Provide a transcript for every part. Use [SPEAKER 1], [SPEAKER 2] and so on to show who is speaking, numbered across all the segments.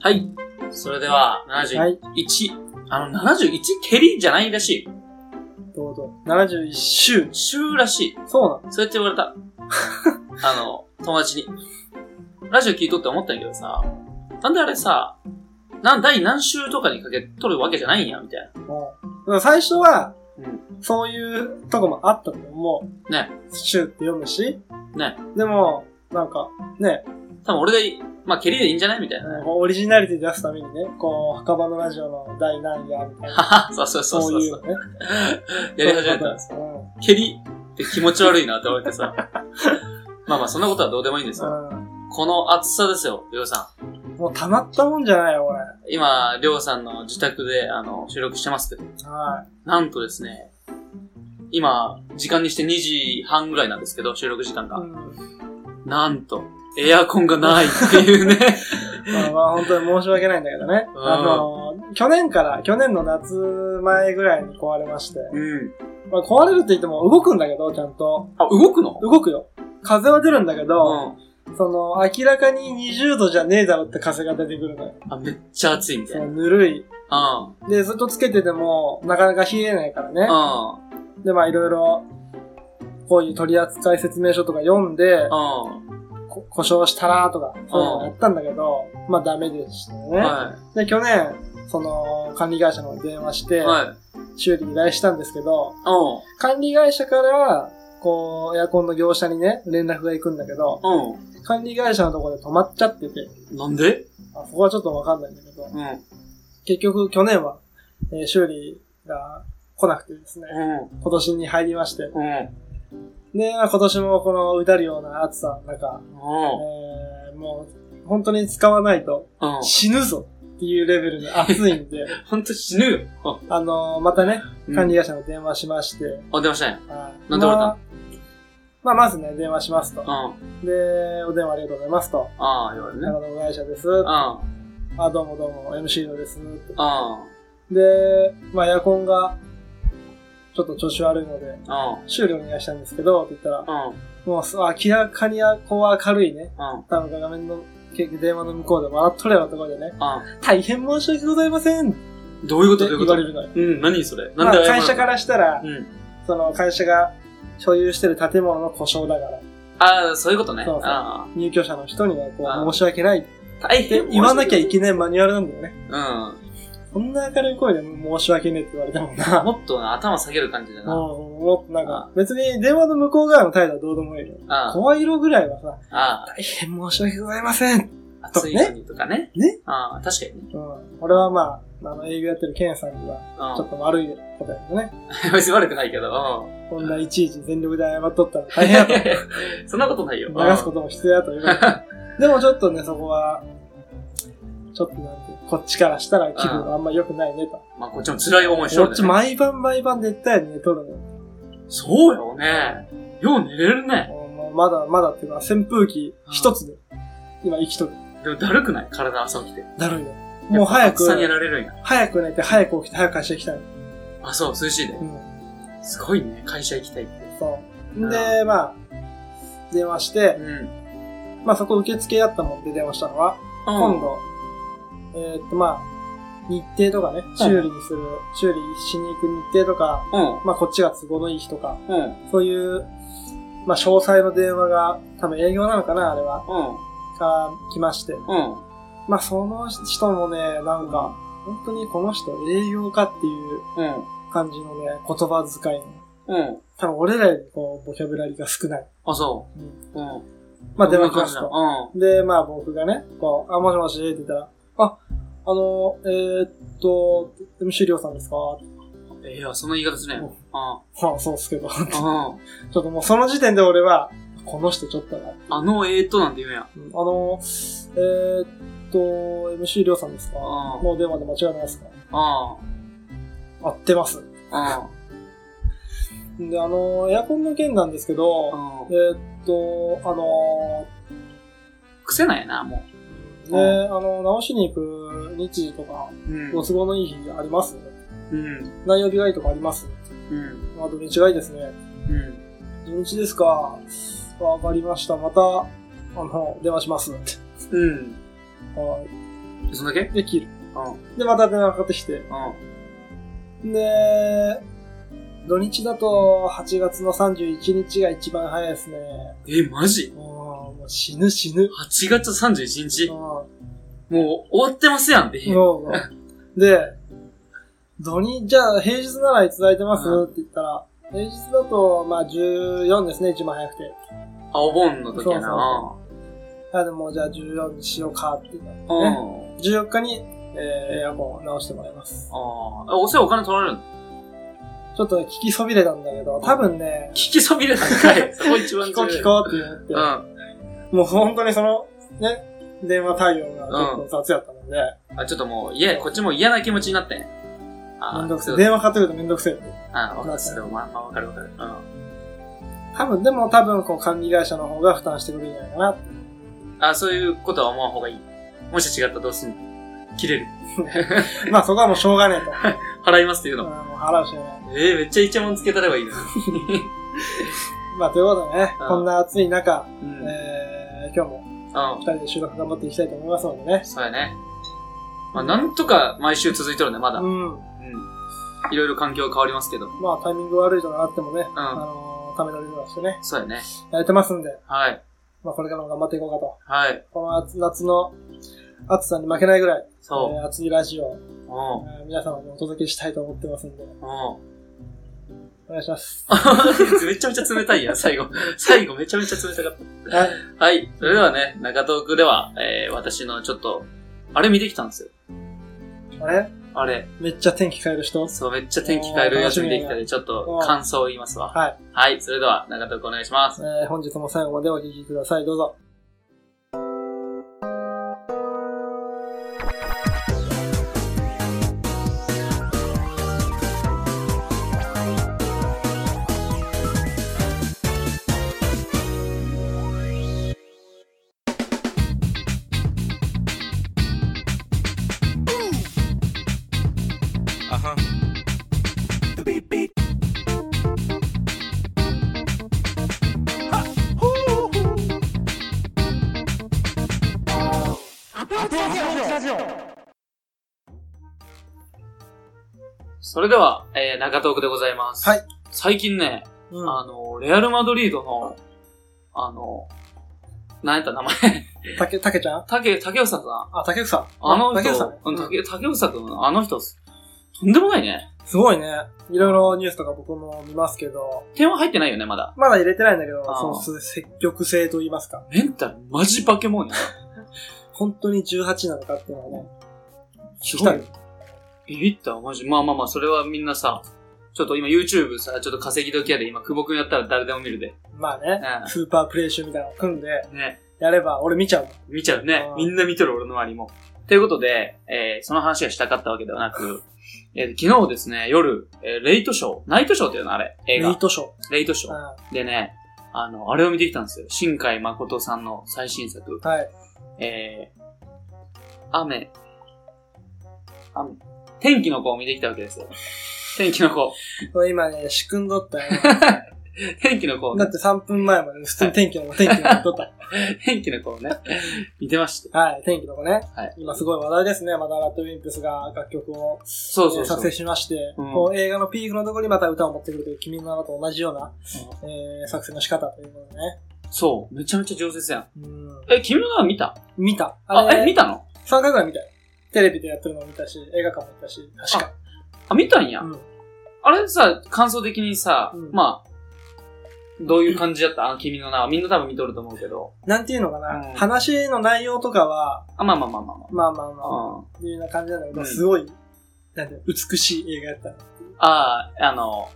[SPEAKER 1] はい。それでは、71。
[SPEAKER 2] はい、
[SPEAKER 1] あの、71蹴りじゃないらしい。
[SPEAKER 2] どうぞ。71週。
[SPEAKER 1] 週らしい。
[SPEAKER 2] そうなの
[SPEAKER 1] そうやって言われた。 あの、友達に。ラジオ聞いとって思ったんやけどさ、なんであれさ、なん、第何週とかにかけとるわけじゃないんや、みたい
[SPEAKER 2] うん。でも最初は、
[SPEAKER 1] な。うん。
[SPEAKER 2] そういうとこもあったと思う。
[SPEAKER 1] ね。
[SPEAKER 2] 週って読むし。
[SPEAKER 1] ね。
[SPEAKER 2] でも、なんか、ね、
[SPEAKER 1] 多分俺がい、まあ、蹴りでいいんじゃないみたいな。
[SPEAKER 2] うんオリジナリティ出すためにね、こう、墓場のラジオの第何夜みたいな。
[SPEAKER 1] はは、そう そうそう
[SPEAKER 2] そ
[SPEAKER 1] そうう
[SPEAKER 2] い
[SPEAKER 1] そう
[SPEAKER 2] うね。
[SPEAKER 1] やり始めたんです。
[SPEAKER 2] そういうこ
[SPEAKER 1] 蹴りって気持ち悪いなって思ってさ。 まあまあ、そんなことはどうでもいいんです
[SPEAKER 2] と
[SPEAKER 1] よ。
[SPEAKER 2] うんうん
[SPEAKER 1] この暑さですよ、りょうさん。
[SPEAKER 2] もう溜まったもんじゃないよ、俺。
[SPEAKER 1] 今、りょうさんの自宅で、あの、収録してますけど、
[SPEAKER 2] は
[SPEAKER 1] なんとですね、今、時間にして2時半ぐらいなんですけど、収録時間
[SPEAKER 2] い。う
[SPEAKER 1] が。
[SPEAKER 2] ん。
[SPEAKER 1] なんと、エアコンがないっていうね。
[SPEAKER 2] まあまあ、本当に申し訳ないんだけどね。
[SPEAKER 1] うん
[SPEAKER 2] あの、去年から、去年の夏前ぐらいに壊れまして。
[SPEAKER 1] うん。
[SPEAKER 2] まあ、壊れるって言っても動くんだけど、ちゃんと。
[SPEAKER 1] あ、動くの
[SPEAKER 2] 動くよ。風は出るんだけ
[SPEAKER 1] う
[SPEAKER 2] ど、
[SPEAKER 1] ん。
[SPEAKER 2] その、明らかに20度じゃねえだろって風が出てくるのよ。
[SPEAKER 1] あ、めっちゃ暑いみた
[SPEAKER 2] そ
[SPEAKER 1] いな。
[SPEAKER 2] のぬるい。
[SPEAKER 1] うん。
[SPEAKER 2] で、ずっとつけてても、なかなか冷えないからね
[SPEAKER 1] う。ん。
[SPEAKER 2] で、まあいろいろ、こういう取扱説明書とか読んで、
[SPEAKER 1] うん。
[SPEAKER 2] こ故障したらとか、そういうのやったんだけど、まあダメでしたね。
[SPEAKER 1] は
[SPEAKER 2] で、去年、その、管理会社の方に電話し
[SPEAKER 1] い。
[SPEAKER 2] て、
[SPEAKER 1] はい。
[SPEAKER 2] 修理依頼したんですけど、
[SPEAKER 1] う
[SPEAKER 2] 管理会社から、こう、エアコンの業者にね、連絡が行くんだけど、
[SPEAKER 1] ん。う
[SPEAKER 2] 管理会社のところで止まっちゃってて、
[SPEAKER 1] ん。なんで
[SPEAKER 2] あそこはちょっとわかんないんだけど、
[SPEAKER 1] うん。うん。
[SPEAKER 2] 結局去年は、えー修理が来なくてですね、今年に入りまして、
[SPEAKER 1] うん。うん。
[SPEAKER 2] で、まあ今年もこのうだるような暑さの中、えー、もう本当に使わないと
[SPEAKER 1] うん。
[SPEAKER 2] 死ぬぞっていうレベルで暑いん で、
[SPEAKER 1] ほんと死ぬよ。
[SPEAKER 2] あのーまたね、
[SPEAKER 1] うん
[SPEAKER 2] 管理会社の電話しまして、
[SPEAKER 1] あ、出ましたね。
[SPEAKER 2] はい
[SPEAKER 1] なんで俺だ
[SPEAKER 2] まあ、まあまずね、電話しますと
[SPEAKER 1] うん。。あ
[SPEAKER 2] で、お電話ありがとうございますと。
[SPEAKER 1] あー、言われるね。
[SPEAKER 2] 長野会社です。
[SPEAKER 1] うん。うん。
[SPEAKER 2] あ、どうもどうも、MC のです。って
[SPEAKER 1] う
[SPEAKER 2] で、まあ、エアコンが、ちょっと調子悪いので、
[SPEAKER 1] ん。
[SPEAKER 2] 修理お願いしたんですけど、って言ったら、
[SPEAKER 1] うん。
[SPEAKER 2] もう、そう明らかにエアコンは明るいね。
[SPEAKER 1] うん。うん。
[SPEAKER 2] 多分画面の、結電話の向こうで笑っとれよところでね、大変申し訳ございませんって
[SPEAKER 1] どういうことどういうこ
[SPEAKER 2] 言われ
[SPEAKER 1] と
[SPEAKER 2] るのよ。
[SPEAKER 1] うん、何それ
[SPEAKER 2] ま
[SPEAKER 1] なん
[SPEAKER 2] あ、
[SPEAKER 1] で謝る
[SPEAKER 2] 会社からしたら、
[SPEAKER 1] うん。
[SPEAKER 2] その会社が所有してる建物の故障だから、
[SPEAKER 1] ああ、そういうことね。
[SPEAKER 2] そうそう
[SPEAKER 1] あ
[SPEAKER 2] 入居者の人には
[SPEAKER 1] あ
[SPEAKER 2] こ
[SPEAKER 1] あ
[SPEAKER 2] う、申し訳ないっ
[SPEAKER 1] ー大
[SPEAKER 2] て
[SPEAKER 1] 変。
[SPEAKER 2] 言わなきゃいけないマニュアルなんだよね。
[SPEAKER 1] うん。
[SPEAKER 2] そんな明るい声で申し訳ねえって言われたもんな。
[SPEAKER 1] もっとな頭下げる感じだ
[SPEAKER 2] うん
[SPEAKER 1] な。
[SPEAKER 2] もっとなん
[SPEAKER 1] ああ
[SPEAKER 2] か、別に電話の向こう側の態度はどうでもいいよ。
[SPEAKER 1] あー
[SPEAKER 2] 声色ぐらいはさ、
[SPEAKER 1] あ
[SPEAKER 2] 大変申し訳ございません。うん。
[SPEAKER 1] ー、暑いのにとかね。
[SPEAKER 2] ね
[SPEAKER 1] ああ、確かにね。
[SPEAKER 2] 俺はまあ、あの、営業やってるケンさんには、ちょっ
[SPEAKER 1] う
[SPEAKER 2] と悪いことやけどね。
[SPEAKER 1] ん。別に悪くないけど。うん
[SPEAKER 2] こんないちいち全力で謝っとったら大変やと。
[SPEAKER 1] そんなことないよ。
[SPEAKER 2] 流すことも必要やという か。でもちょっとね、そこは、ちょっとなんて、こっちからしたら気分があんま良くないねと。
[SPEAKER 1] と。まあ、こっちも辛い思いし
[SPEAKER 2] こ
[SPEAKER 1] ろ
[SPEAKER 2] っち毎晩毎晩絶対寝とるのよ。
[SPEAKER 1] そうよね。よう寝れるね。
[SPEAKER 2] もうまだまだっていうか、扇風機一つで、今生きとる。
[SPEAKER 1] でもだるくない体朝起きて。
[SPEAKER 2] だるいよ。もう早
[SPEAKER 1] 暑さにや
[SPEAKER 2] く、
[SPEAKER 1] られるんや。
[SPEAKER 2] 早く寝て、早く起きて、早く会社行きたい。
[SPEAKER 1] あ、そう、涼しいね
[SPEAKER 2] う。ん。
[SPEAKER 1] すごいね。会社行きたいって。
[SPEAKER 2] そう。んで、まあ、電話して、
[SPEAKER 1] うん。
[SPEAKER 2] まあそこ受付やったもんで電話したのは、今度、えーっとまあ、日程とかね、修理にする、修理しに行く日程とか、
[SPEAKER 1] うん。
[SPEAKER 2] まあこっちが都合のいい日とか、
[SPEAKER 1] うん。うん。
[SPEAKER 2] そういう、まあ詳細の電話が、多分営業なのかな、あれは、
[SPEAKER 1] うん。
[SPEAKER 2] が来まして。
[SPEAKER 1] うん。
[SPEAKER 2] まあその人もね、なんか、本当にこの人営業かっていう
[SPEAKER 1] うん。
[SPEAKER 2] 感じのね、言葉遣いの。
[SPEAKER 1] うん。
[SPEAKER 2] 多分俺らよりこう、ボキャブラリーが少ない。
[SPEAKER 1] あ、そうう。うん。
[SPEAKER 2] まあ電話来ました。
[SPEAKER 1] う
[SPEAKER 2] で、まあ僕がね、こう、あ、もしもしって言ったら、あ、あの、えー、っと、MC りょうさんですか
[SPEAKER 1] ん。いや、その言い方すね。
[SPEAKER 2] う
[SPEAKER 1] うんん。
[SPEAKER 2] まあそうっすけど。ち ょ
[SPEAKER 1] うん。
[SPEAKER 2] っともうその時点で俺は、この人ちょっとな。
[SPEAKER 1] あの、えーっと、なんて言うんや。
[SPEAKER 2] うんあの、えー、っと、MC りょうさんですか
[SPEAKER 1] うん
[SPEAKER 2] もう電話で間違いないですか
[SPEAKER 1] うん。
[SPEAKER 2] 合ってます。で、あの、エアコンの件なんですけど、
[SPEAKER 1] うん。うん。
[SPEAKER 2] えー、っと、あの、
[SPEAKER 1] 癖なんやな、も
[SPEAKER 2] ね、
[SPEAKER 1] う
[SPEAKER 2] あの、直しに行く日時とか、
[SPEAKER 1] う。うん。
[SPEAKER 2] ご都合のいい日あります
[SPEAKER 1] うん。
[SPEAKER 2] 何曜日がいいとかあります
[SPEAKER 1] うん。
[SPEAKER 2] あ、土日がいいですね。
[SPEAKER 1] うん。
[SPEAKER 2] 土日ですか。わかりました。また、あの、電話します。って
[SPEAKER 1] うん。
[SPEAKER 2] はい。
[SPEAKER 1] そんだけ
[SPEAKER 2] で、切る。
[SPEAKER 1] うん。
[SPEAKER 2] で、また電話かかってきて。
[SPEAKER 1] う
[SPEAKER 2] で、土日だと8月の31日が一番早いですね。
[SPEAKER 1] ん。え、マジ
[SPEAKER 2] もうもう死ぬ死ぬ。
[SPEAKER 1] ?8 月31日
[SPEAKER 2] うん
[SPEAKER 1] もう終わってますやんって。
[SPEAKER 2] も うで、土日、じゃあ平日ならいつ空いてます
[SPEAKER 1] うん
[SPEAKER 2] って言ったら、平日だと、まあ14ですね、一番早くて。
[SPEAKER 1] あ、お盆の時やな。
[SPEAKER 2] あ、でもじゃあ14にしようかって言って、
[SPEAKER 1] うん。
[SPEAKER 2] ね。14日に、えーエアコンを直してもらいます。
[SPEAKER 1] ああ。お世話お金取られるの
[SPEAKER 2] ちょっとね聞きそびれたんだけど、多分ね
[SPEAKER 1] 聞、きそびれたんか い。そこ一番
[SPEAKER 2] 聞こう
[SPEAKER 1] 重
[SPEAKER 2] 聞
[SPEAKER 1] 要。
[SPEAKER 2] こうって言って、
[SPEAKER 1] うん。
[SPEAKER 2] もう本当にその、ね、電話対応が結構雑やったので、
[SPEAKER 1] あ、ちょっともう、いや、こっちも嫌な気持ちになってん。あ
[SPEAKER 2] めんどくせえ。
[SPEAKER 1] ね。
[SPEAKER 2] 電話かかってくるとめんどくせえって。
[SPEAKER 1] あ、わかる。それはまあ、まあ、わかるわかる。う
[SPEAKER 2] 多分、でも多分、こう、管理会社の方が負担してくれるんじゃないかなって。
[SPEAKER 1] ん。あ、そういうことは思わん方がいい。もし違ったらどうすんの切れる。
[SPEAKER 2] まあそこはもうしょうがねえと。
[SPEAKER 1] 払いますっていう
[SPEAKER 2] うん、
[SPEAKER 1] の。
[SPEAKER 2] もう払うしね。
[SPEAKER 1] ええめっちゃイチャモンつけたればいいのに。
[SPEAKER 2] まあということでね、
[SPEAKER 1] うん
[SPEAKER 2] こんな暑い中、
[SPEAKER 1] うん。うん。
[SPEAKER 2] えー、今日も二人で収録頑張っていきたいと思いますのでね。
[SPEAKER 1] そうやね。まあ、なんとか毎週続いとるね、まだ。う。
[SPEAKER 2] うんん。
[SPEAKER 1] いろいろ環境は変わりますけど。
[SPEAKER 2] まあタイミング悪いとかあってもね、あ
[SPEAKER 1] うん。
[SPEAKER 2] のー、ため取りとかしてね、
[SPEAKER 1] そうやね。
[SPEAKER 2] やれてますんで、
[SPEAKER 1] はい。
[SPEAKER 2] まあこれからも頑張っていこうかと。
[SPEAKER 1] はい。
[SPEAKER 2] この暑夏の暑さに負けないぐらい、
[SPEAKER 1] そ
[SPEAKER 2] えー暑いラジオを、
[SPEAKER 1] う。うん。
[SPEAKER 2] えー皆様にお届けしたいと思ってますんで、
[SPEAKER 1] う
[SPEAKER 2] お願いし ます。
[SPEAKER 1] ん。 めちゃめちゃ冷たいやん、最後。最後めちゃめちゃ冷たかっ
[SPEAKER 2] はい。
[SPEAKER 1] た。はい。それではね、中東区では、えー、私のちょっと、あれ見てきたんですよ。
[SPEAKER 2] あれ
[SPEAKER 1] あれ。
[SPEAKER 2] めっちゃ天気変える人
[SPEAKER 1] そう、めっちゃ天気変えるやつ見てきたんで、ちょっと感想を言いますわ。
[SPEAKER 2] はい。
[SPEAKER 1] はい。それでは、中東区お願いします。
[SPEAKER 2] えー本日も最後までお聞きください。どうぞ。
[SPEAKER 3] Uh-huh. Beep beep. Hello,
[SPEAKER 1] それでは、えー、中東区でございます。
[SPEAKER 2] はい。
[SPEAKER 1] 最近ね、
[SPEAKER 2] うん。
[SPEAKER 1] あの、レアル・マドリードの、あの、なんやった名前
[SPEAKER 2] たけ、たけちゃん
[SPEAKER 1] 竹、竹房さん。
[SPEAKER 2] あ、竹草。
[SPEAKER 1] あの
[SPEAKER 2] 竹
[SPEAKER 1] 人、
[SPEAKER 2] 草ね
[SPEAKER 1] う
[SPEAKER 2] うんん
[SPEAKER 1] 竹、竹房くん、あの人っす、とんでもないね。
[SPEAKER 2] すごいね。いろいろニュースとか僕も見ますけど、
[SPEAKER 1] 点は入ってないよね、まだ。
[SPEAKER 2] まだ入れてないんだけど、
[SPEAKER 1] あー
[SPEAKER 2] そのす積極性と言いますか、
[SPEAKER 1] メンタル、マジ化け物や。
[SPEAKER 2] 本当に18なのかっていうのはね、
[SPEAKER 1] す
[SPEAKER 2] 来たよ。
[SPEAKER 1] ビビった、マジ。まあまあまあ、それはみんなさ、ちょっと今 YouTube さ、ちょっと稼ぎ時やで、今、久保くんやったら誰でも見るで。
[SPEAKER 2] まあね、
[SPEAKER 1] うん
[SPEAKER 2] スーパープレイ集みたいなの組んで、
[SPEAKER 1] ね。
[SPEAKER 2] やれば俺見ちゃうもん。
[SPEAKER 1] 見ちゃうね
[SPEAKER 2] う。ん
[SPEAKER 1] みんな見てる俺の周りも。ということで、えーその話がしたかったわけではなく、えー昨日ですね、夜、えーレイトショー、ナイトショーっていうのあれ、映
[SPEAKER 2] レイ
[SPEAKER 1] 画、
[SPEAKER 2] トショー。
[SPEAKER 1] レイトショ
[SPEAKER 2] う
[SPEAKER 1] ー。
[SPEAKER 2] ん
[SPEAKER 1] でね、あの、あれを見てきたんですよ。新海誠さんの最新作、
[SPEAKER 2] はい。
[SPEAKER 1] えー、雨、雨、天気の子を見てきたわけですよ。天気の子。
[SPEAKER 2] これ今ね、仕組んどった よ。
[SPEAKER 1] 天気の子を
[SPEAKER 2] だ
[SPEAKER 1] ね
[SPEAKER 2] っ、て3分前まで普通に天気の子、天気の子撮 っ
[SPEAKER 1] 天気の子をね、見てまして。
[SPEAKER 2] た。はい、天気の子ね。
[SPEAKER 1] はい
[SPEAKER 2] 今すごい話題ですね。またラッドウィンプスが楽曲を
[SPEAKER 1] そうそうそ
[SPEAKER 2] 作
[SPEAKER 1] う
[SPEAKER 2] 成。しまして、
[SPEAKER 1] うん
[SPEAKER 2] こう映画のピークのところにまた歌を持ってくるという君の名と同じような、えー作成の仕方というものでね。
[SPEAKER 1] そう、めちゃめちゃ上手やん。
[SPEAKER 2] うん
[SPEAKER 1] え、君の名は見た
[SPEAKER 2] 見た。
[SPEAKER 1] あ、え、見
[SPEAKER 2] た
[SPEAKER 1] たの
[SPEAKER 2] ?3 回ぐらい見たよ。テレビでやってるのも見たし、映画館も見たし、確か。
[SPEAKER 1] あ、見たんや。
[SPEAKER 2] うん。
[SPEAKER 1] あれさ、感想的にさ、
[SPEAKER 2] うん
[SPEAKER 1] まあ、どういう感じやったあの君の名は。みんな多分見とると思うけど。
[SPEAKER 2] なんていうのかな、
[SPEAKER 1] うん
[SPEAKER 2] 話の内容とかは、
[SPEAKER 1] あ、まあまあまあまあま
[SPEAKER 2] まあまあまあ、
[SPEAKER 1] あ。うん
[SPEAKER 2] っていうような感じなんだけど、
[SPEAKER 1] うん
[SPEAKER 2] すごい、なんていうの美しい映画やったの。
[SPEAKER 1] ああ、あの、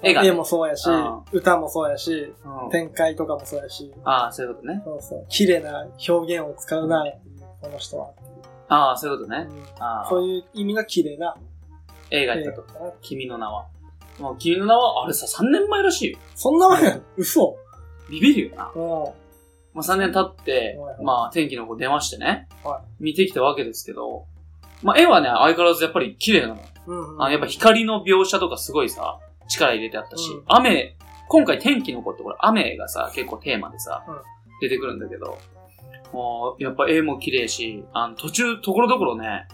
[SPEAKER 1] 絵がね
[SPEAKER 2] 絵もそうやし
[SPEAKER 1] うん、
[SPEAKER 2] 歌もそうやし、
[SPEAKER 1] うん、
[SPEAKER 2] 展開とかもそうやし、
[SPEAKER 1] ああ、そういうことね。
[SPEAKER 2] そうそう、綺麗な表現を使うな、っていうこの人は。
[SPEAKER 1] ああ、そういうことね。
[SPEAKER 2] うん
[SPEAKER 1] ああ
[SPEAKER 2] そ、ういう意味が綺麗な
[SPEAKER 1] 映画
[SPEAKER 2] 映
[SPEAKER 1] や
[SPEAKER 2] 画
[SPEAKER 1] ったと。
[SPEAKER 2] だな。
[SPEAKER 1] 君の名は。もう君の名は、あれさ、3年前らしいよ。
[SPEAKER 2] そんなわけない。嘘。
[SPEAKER 1] ビビるよな。
[SPEAKER 2] うん。
[SPEAKER 1] まあ3年経って
[SPEAKER 2] はいは、い
[SPEAKER 1] まあ天気の子出ましてね。
[SPEAKER 2] は
[SPEAKER 1] 見てきたわけですけど、まあ絵はね、相変わらずやっぱり綺麗なの。
[SPEAKER 2] うんうん
[SPEAKER 1] あやっぱ光の描写とかすごいさ、力入れてあったし、
[SPEAKER 2] うん
[SPEAKER 1] 雨、今回天気の子ってこれ雨がさ、結構テーマでさ、
[SPEAKER 2] うん
[SPEAKER 1] 出てくるんだけど、あーやっぱ絵も綺麗し、あの途中、ところどころね、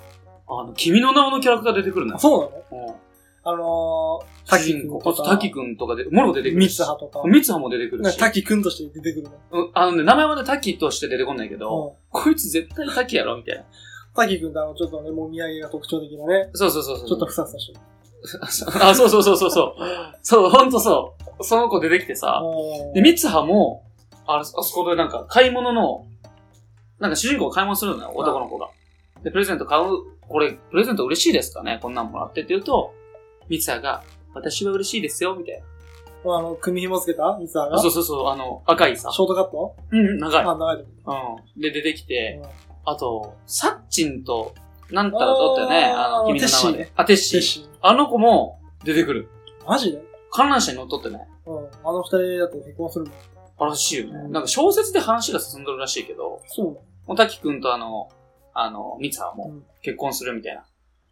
[SPEAKER 1] あの、君の名のキャラクター出てくるんだ
[SPEAKER 2] あ
[SPEAKER 1] よ。
[SPEAKER 2] そうなの
[SPEAKER 1] うん
[SPEAKER 2] あのー、
[SPEAKER 1] 主人公、あと滝くんとかで、もろ出てくる
[SPEAKER 2] ミ
[SPEAKER 1] し。
[SPEAKER 2] ツハとか。
[SPEAKER 1] ミツハも出てくる
[SPEAKER 2] なん
[SPEAKER 1] し
[SPEAKER 2] か。滝くんとして出てくるの。
[SPEAKER 1] うんあのね、名前はね、滝として出てこんないけど、
[SPEAKER 2] うん
[SPEAKER 1] こいつ絶対滝やろみたいな。
[SPEAKER 2] 滝くんってあの、ちょっとね、もみあげが特徴的なね、
[SPEAKER 1] そうそうそうそう。
[SPEAKER 2] ちょっとふさふさしてる。
[SPEAKER 1] あ、そうそうそうそうそう。そう、ほんとそう。その子出てきてさ、
[SPEAKER 2] うん
[SPEAKER 1] で、ミツハも、あれあそこでなんか、買い物の、なんか主人公が買い物するのよ、男の子が。で、プレゼント買う、これ、プレゼント嬉しいですかねこんなんもらってって言うと、ミツハが、私は嬉しいですよ、みたい
[SPEAKER 2] まああの、組紐つけたミツハ
[SPEAKER 1] な。
[SPEAKER 2] が。
[SPEAKER 1] そ
[SPEAKER 2] シ
[SPEAKER 1] うそうそう、あの、赤いさ。
[SPEAKER 2] ョートカット
[SPEAKER 1] うん、長い。
[SPEAKER 2] あ、長い時。
[SPEAKER 1] うん。で、出てきて、
[SPEAKER 2] うん
[SPEAKER 1] あと、サッチンと、なんたらとったよね。
[SPEAKER 2] あー
[SPEAKER 1] あの、君の名前
[SPEAKER 2] テッシー
[SPEAKER 1] で。あ、テッシ
[SPEAKER 2] シ
[SPEAKER 1] ー。
[SPEAKER 2] ッシー
[SPEAKER 1] あの子も出てくる。
[SPEAKER 2] マジで
[SPEAKER 1] 観覧車に乗っとってね。
[SPEAKER 2] うん。あの二人だって結婚するもん。
[SPEAKER 1] らしいよ
[SPEAKER 2] う
[SPEAKER 1] ね。
[SPEAKER 2] ん
[SPEAKER 1] なんか小説で話が進んどるらしいけど、
[SPEAKER 2] そ
[SPEAKER 1] 小滝くんとあの、あの、ミツハ
[SPEAKER 2] う
[SPEAKER 1] も
[SPEAKER 2] ん
[SPEAKER 1] 結婚するみたいな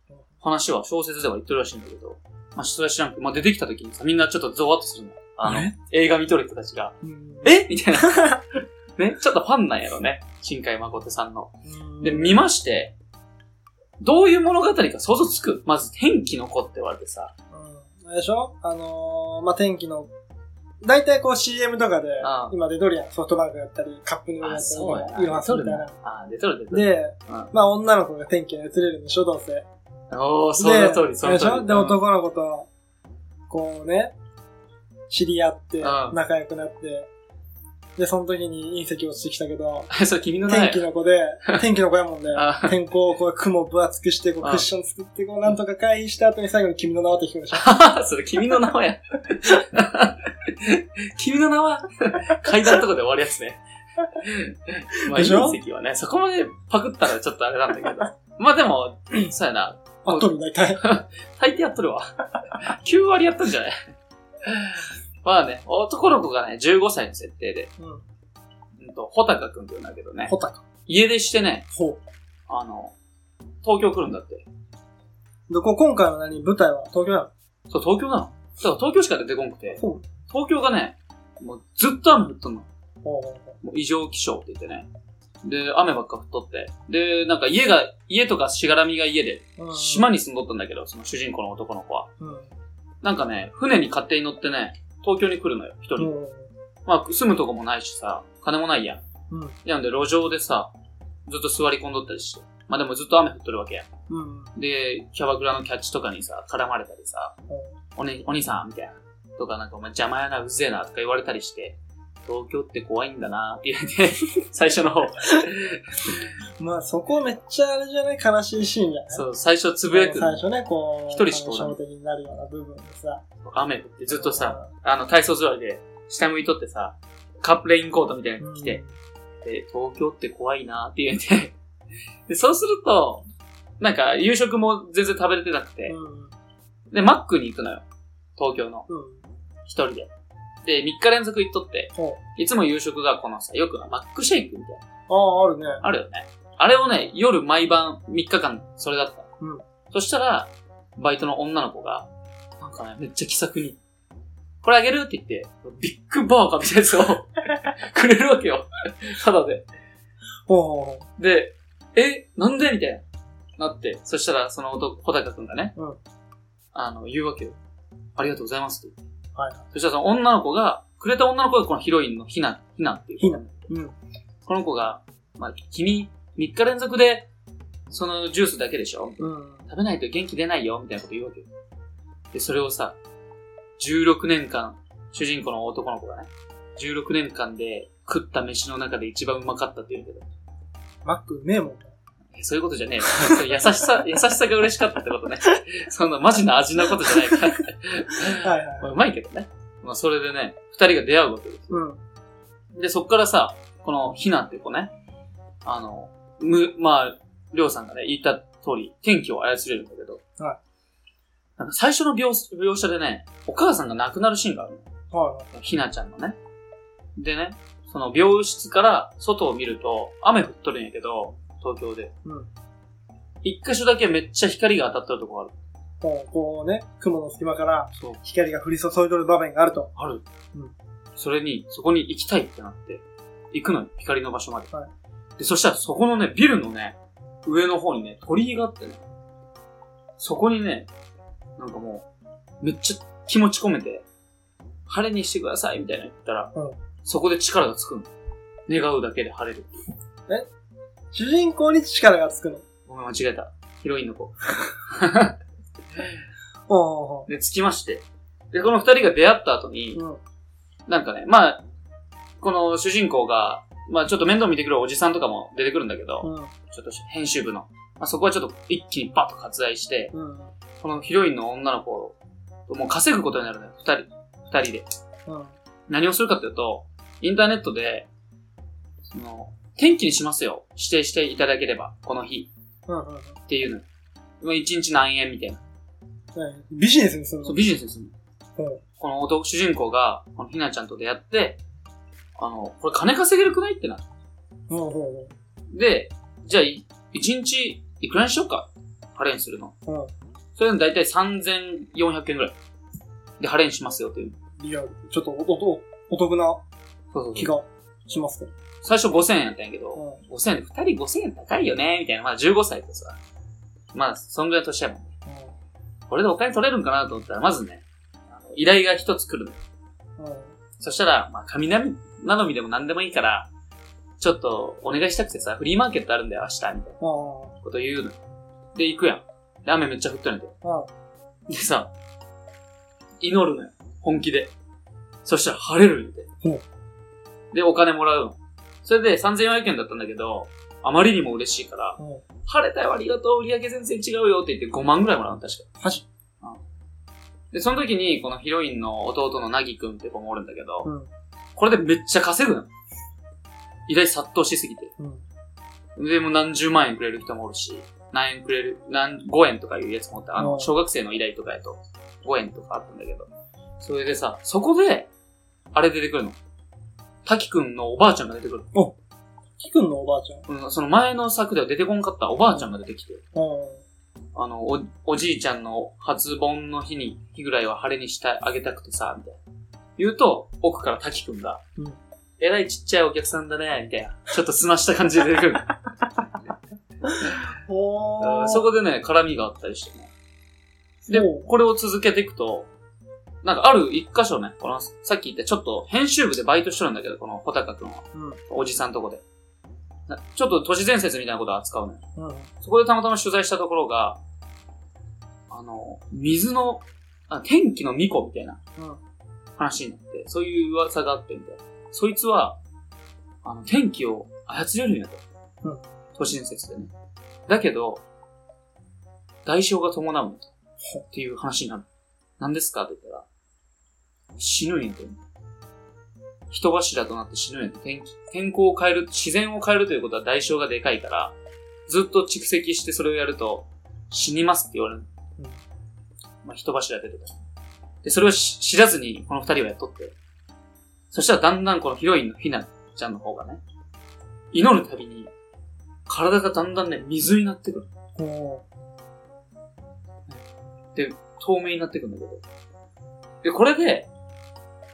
[SPEAKER 2] うん
[SPEAKER 1] 話は小説では言ってるらしいんだけど、まあ、それは知らんけど、まあ、出てきた時にさ、みんなちょっとゾワッとするの。あの
[SPEAKER 2] え、
[SPEAKER 1] 映画見とる人たちが、
[SPEAKER 2] うなの。
[SPEAKER 1] えみたいな。 ね、ちょっとファンなんやろね。新海誠さんの。
[SPEAKER 2] うん
[SPEAKER 1] で、見まして、どういう物語か想像つくまず、天気の子って言われてさ。
[SPEAKER 2] うん。あれでしょあのー、まあ、天気の、大体こう CM とかで
[SPEAKER 1] ああ、
[SPEAKER 2] 今出とるやん。ソフトバンクやったり、カップヌードルやったり、イーロンスみたいな。
[SPEAKER 1] あ、出とる出とる。
[SPEAKER 2] で、
[SPEAKER 1] うん
[SPEAKER 2] まあ女の子が天気に移れるんでしょ、どうせ。
[SPEAKER 1] おー、その通り、そ
[SPEAKER 2] あ
[SPEAKER 1] の通
[SPEAKER 2] れでしょ
[SPEAKER 1] り。
[SPEAKER 2] で、男の子と、こうね、知り合って、
[SPEAKER 1] うん
[SPEAKER 2] 仲良くなって、で、その時に隕石落ちてきたけど、
[SPEAKER 1] うん。 それ君の名
[SPEAKER 2] 天
[SPEAKER 1] 前
[SPEAKER 2] 気。の子で、 天気の子やもんで
[SPEAKER 1] あ、
[SPEAKER 2] 天候をこう雲を分厚くして、こう
[SPEAKER 1] あ
[SPEAKER 2] クッション作って、こうなんとか回避した後に最後に君の名はって聞くで しょ。
[SPEAKER 1] それ君の名前や。 君の名は、階段とかで終わるやつね。まあ、
[SPEAKER 2] でしょ
[SPEAKER 1] 隕石はね、そこまでパクったらちょっとあれなんだけど。まあでも、そうやな。
[SPEAKER 2] あっとる、大体。
[SPEAKER 1] 大抵やっとるわ。9割やっとるんじゃないまあね、男の子がね、15歳の設定で、
[SPEAKER 2] うん。
[SPEAKER 1] うんと、穂高くんって言うんだけどね
[SPEAKER 2] ホ。タか。
[SPEAKER 1] 家出してね、
[SPEAKER 2] ほう。
[SPEAKER 1] あの、東京来るんだって。
[SPEAKER 2] で、こう今回の何舞台は東京なの
[SPEAKER 1] そう、東京なの。だから東京しか出てこんくて、
[SPEAKER 2] ほう。
[SPEAKER 1] 東京がね、もうずっと雨降っとんの。
[SPEAKER 2] ほうほうほ
[SPEAKER 1] もう異常気象って言ってね。で、雨ばっか降っとって。で、なんか家が、家とかしがらみが家で、
[SPEAKER 2] ううん。
[SPEAKER 1] 島に住んどったんだけど、その主人公の男の子は。
[SPEAKER 2] うん。
[SPEAKER 1] なんかね、船に勝手に乗ってね、東京に来るのよ、一人。
[SPEAKER 2] うん。
[SPEAKER 1] まあ、住むとこもないしさ、金もないやん。
[SPEAKER 2] うん。
[SPEAKER 1] なんで、路上でさ、ずっと座り込んどったりして。まあでもずっと雨降っとるわけやん。
[SPEAKER 2] うん。
[SPEAKER 1] で、キャバクラのキャッチとかにさ、絡まれたりさ、お,、ね、お兄さんみたいな。とか、なんかお前邪魔やな、うぜえな、とか言われたりして、東京って怖いんだな、って言って、最初の方、
[SPEAKER 2] まあそこめっちゃあれじゃない悲しいシーンじゃない
[SPEAKER 1] そう、最初つぶやく
[SPEAKER 2] 最初ね、こう、
[SPEAKER 1] 一人しかおらん
[SPEAKER 2] 感傷的になるような部分でさ。
[SPEAKER 1] 雨降ってずっとさ、、あの、体操座りで、下向いとってさ、カップレインコートみたいなの着て、で、東京って怖いなって言って で、そうすると、なんか、夕食も全然食べれてなく
[SPEAKER 2] うん。
[SPEAKER 1] て
[SPEAKER 2] う、ん。
[SPEAKER 1] で、マックに行くのよ。東京の、
[SPEAKER 2] うん。
[SPEAKER 1] 一人で。で、3日連続行っとって、
[SPEAKER 2] ほう。
[SPEAKER 1] いつも夕食がこのさ、よくマックシェイクみたいな、
[SPEAKER 2] ああ、あるね。
[SPEAKER 1] あるよね。あれをね、夜毎晩3日間それだった。
[SPEAKER 2] うん
[SPEAKER 1] そしたら、バイトの女の子が、なんかね、めっちゃ気さくに、これあげるって言って、ビッグバーガーみたいなやつ をくれるわけよ。ただで。
[SPEAKER 2] ほうほ
[SPEAKER 1] で、え、なんでみたいな。なって、そしたらその男、小高くんがね、
[SPEAKER 2] うん
[SPEAKER 1] あの、言うわけよ。ありがとうございますって。
[SPEAKER 2] うほう。はいはい。
[SPEAKER 1] そしたらその女の子が、くれた女の子がこのヒロインのヒナ、ヒナっていう。
[SPEAKER 2] ひな。うん。
[SPEAKER 1] この子が、まあ、君、3日連続で、そのジュースだけでしょ
[SPEAKER 2] うん。
[SPEAKER 1] 食べないと元気出ないよみたいなこと言うわけよ。で、それをさ、16年間、主人公の男の子がね、16年間で食った飯の中で一番うまかったって言うけど、
[SPEAKER 2] マックうめえもんね。
[SPEAKER 1] えそういうことじゃねえよ。それ優しさ、 優しさが嬉しかったってことね。そんなマジな味なことじゃないから。
[SPEAKER 2] はいはい。
[SPEAKER 1] まあうまいけどね。まあ、それでね、二人が出会うわけです。
[SPEAKER 2] うん。
[SPEAKER 1] で、そっからさ、このひなって子ね、あの、む、まあ、りょうさんがね、言った通り、天気を操れるんだけど、
[SPEAKER 2] はい。
[SPEAKER 1] なんか最初の描描写でね、お母さんが亡くなるシーンがある
[SPEAKER 2] はいはい。
[SPEAKER 1] の。ひなちゃんのね。でね、その病室から外を見ると、雨降っとるんやけど、東京で。
[SPEAKER 2] うん。
[SPEAKER 1] 一箇所だけめっちゃ光が当たってるとこがある。
[SPEAKER 2] こう、こうね、雲の隙間から
[SPEAKER 1] そう。
[SPEAKER 2] 光が降り注いでる場面があると。
[SPEAKER 1] ある。
[SPEAKER 2] うん
[SPEAKER 1] それに、そこに行きたいってなって、行くのよ、光の場所まで。
[SPEAKER 2] はい
[SPEAKER 1] で、そしたらそこのね、ビルのね、上の方にね、鳥居があってね、そこにね、なんかもう、めっちゃ気持ち込めて、晴れにしてくださいみたいなの言ったら、
[SPEAKER 2] うん
[SPEAKER 1] そこで力がつくの。願うだけで晴れる。
[SPEAKER 2] 主人公に力がつくの。
[SPEAKER 1] ごめん、間違えた。ヒロインの子。
[SPEAKER 2] お
[SPEAKER 1] で、つきまして。で、この二人が出会った後に
[SPEAKER 2] う、ん。うん。
[SPEAKER 1] なんかね、まあ、この主人公が、まあちょっと面倒見てくるおじさんとかも出てくるんだけど、
[SPEAKER 2] うん。
[SPEAKER 1] ちょっと編集部の。まあ、そこはちょっと一気にバッと割愛して、
[SPEAKER 2] うん。うん。
[SPEAKER 1] このヒロインの女の子ともう稼ぐことになるのよ、二人。二人で。
[SPEAKER 2] うん。
[SPEAKER 1] 何をするかというと、インターネットで、その、天気にしますよ。指定していただければ、この日
[SPEAKER 2] うん。うん
[SPEAKER 1] っていうのよ。まあ一日何円みたいな。
[SPEAKER 2] ビジネスにするの
[SPEAKER 1] そう、ビジネスにするの
[SPEAKER 2] うん
[SPEAKER 1] この男、主人公が、このひなちゃんと出会って、あの、これ金稼げるくないってなる。
[SPEAKER 2] うんうん
[SPEAKER 1] で、じゃあ、い一日いくらにしようか晴れにするの。
[SPEAKER 2] うん。うん。
[SPEAKER 1] それで大体3400円ぐらい。で、晴れにしますよという。
[SPEAKER 2] いや、ちょっとお、お、おお得な
[SPEAKER 1] そうそう
[SPEAKER 2] 気がしますけど。
[SPEAKER 1] 最初5000円やったんやけ
[SPEAKER 2] う
[SPEAKER 1] ど、
[SPEAKER 2] ん。
[SPEAKER 1] 5000円で2人5000円高いよね、みたいな。まだ15歳ってさ。まあ、そんぐらいの年やもん。これでお金取れるんかなと思ったら、まずね、あの依頼が一つ来るのよ。
[SPEAKER 2] うん。うん。
[SPEAKER 1] そしたら、まあ、神頼み頼みでも何でもいいから、ちょっとお願いしたくてさ、フリーマーケットあるんだよ、明日、みたい
[SPEAKER 2] ああ。
[SPEAKER 1] なこと言うのよ。で、行くやん。で、雨めっちゃ降ってるんだよ。
[SPEAKER 2] うん。
[SPEAKER 1] でさ、祈るのよ。本気で。そしたら晴れるんで
[SPEAKER 2] ほう。
[SPEAKER 1] で、お金もらうの。それで3400円だったんだけど、あまりにも嬉しいから、
[SPEAKER 2] うん
[SPEAKER 1] 晴れたよ、ありがとう、売り上げ全然違うよって言って5万ぐらいもらうの、確か。
[SPEAKER 2] マジ
[SPEAKER 1] うんで、その時に、このヒロインの弟のなぎくんって子もおるんだけど、
[SPEAKER 2] うん
[SPEAKER 1] これでめっちゃ稼ぐの。依頼殺到しすぎて。
[SPEAKER 2] うん。
[SPEAKER 1] で、もう何十万円くれる人もおるし、何円くれる、何、5円とかいうやつもおった。あ
[SPEAKER 2] う
[SPEAKER 1] の、
[SPEAKER 2] ん
[SPEAKER 1] 小学生の依頼とかやと、5円とかあったんだけど。それでさ、そこで、あれ出てくるの。滝くんのおばあちゃんが出てくる
[SPEAKER 2] キくんのおばあちゃん。
[SPEAKER 1] の。うん、その前の作では出てこんかったおばあちゃんが出てきて、
[SPEAKER 2] う
[SPEAKER 1] あの、お、おじいちゃんの初盆の日に、日ぐらいは晴れにしてあげたくてさ、みたいな。言うと、奥から滝くんが、
[SPEAKER 2] うん
[SPEAKER 1] えらいちっちゃいお客さんだね、みたいな。ちょっと澄ました感じで出てく るの。
[SPEAKER 2] ん。お
[SPEAKER 1] そこでね、絡みがあったりしてね。で、
[SPEAKER 2] おう
[SPEAKER 1] これを続けていくと、なんかある一箇所ね、この、さっき言ったちょっと編集部でバイトしてるんだけど、この穂高くんは。
[SPEAKER 2] うん
[SPEAKER 1] おじさんとこで。なちょっと都市伝説みたいなことを扱うね。
[SPEAKER 2] うん。
[SPEAKER 1] そこでたまたま取材したところが、あの、水の、あ天気の巫女みたいな
[SPEAKER 2] うん
[SPEAKER 1] 話になって、そういう噂があってみたいな。そいつは、あの、天気を操れるんやと。
[SPEAKER 2] うん
[SPEAKER 1] 都市伝説でね。だけど、代償が伴うんだと。
[SPEAKER 2] ほ
[SPEAKER 1] っていう話になる。何ですかって言ったら、死ぬんやと。人柱となって死ぬんやと。天気、天候を変える、自然を変えるということは代償がでかいから、ずっと蓄積してそれをやると、死にますって言われる。
[SPEAKER 2] うん
[SPEAKER 1] まあ、人柱出てくる。で、それをし知らずに、この二人はやっとって。そしたらだんだんこのヒロインのひなちゃんの方がね、祈るたびに、体がだんだんね、水になってくる。
[SPEAKER 2] お
[SPEAKER 1] 透明になってくんだけど。で、これで、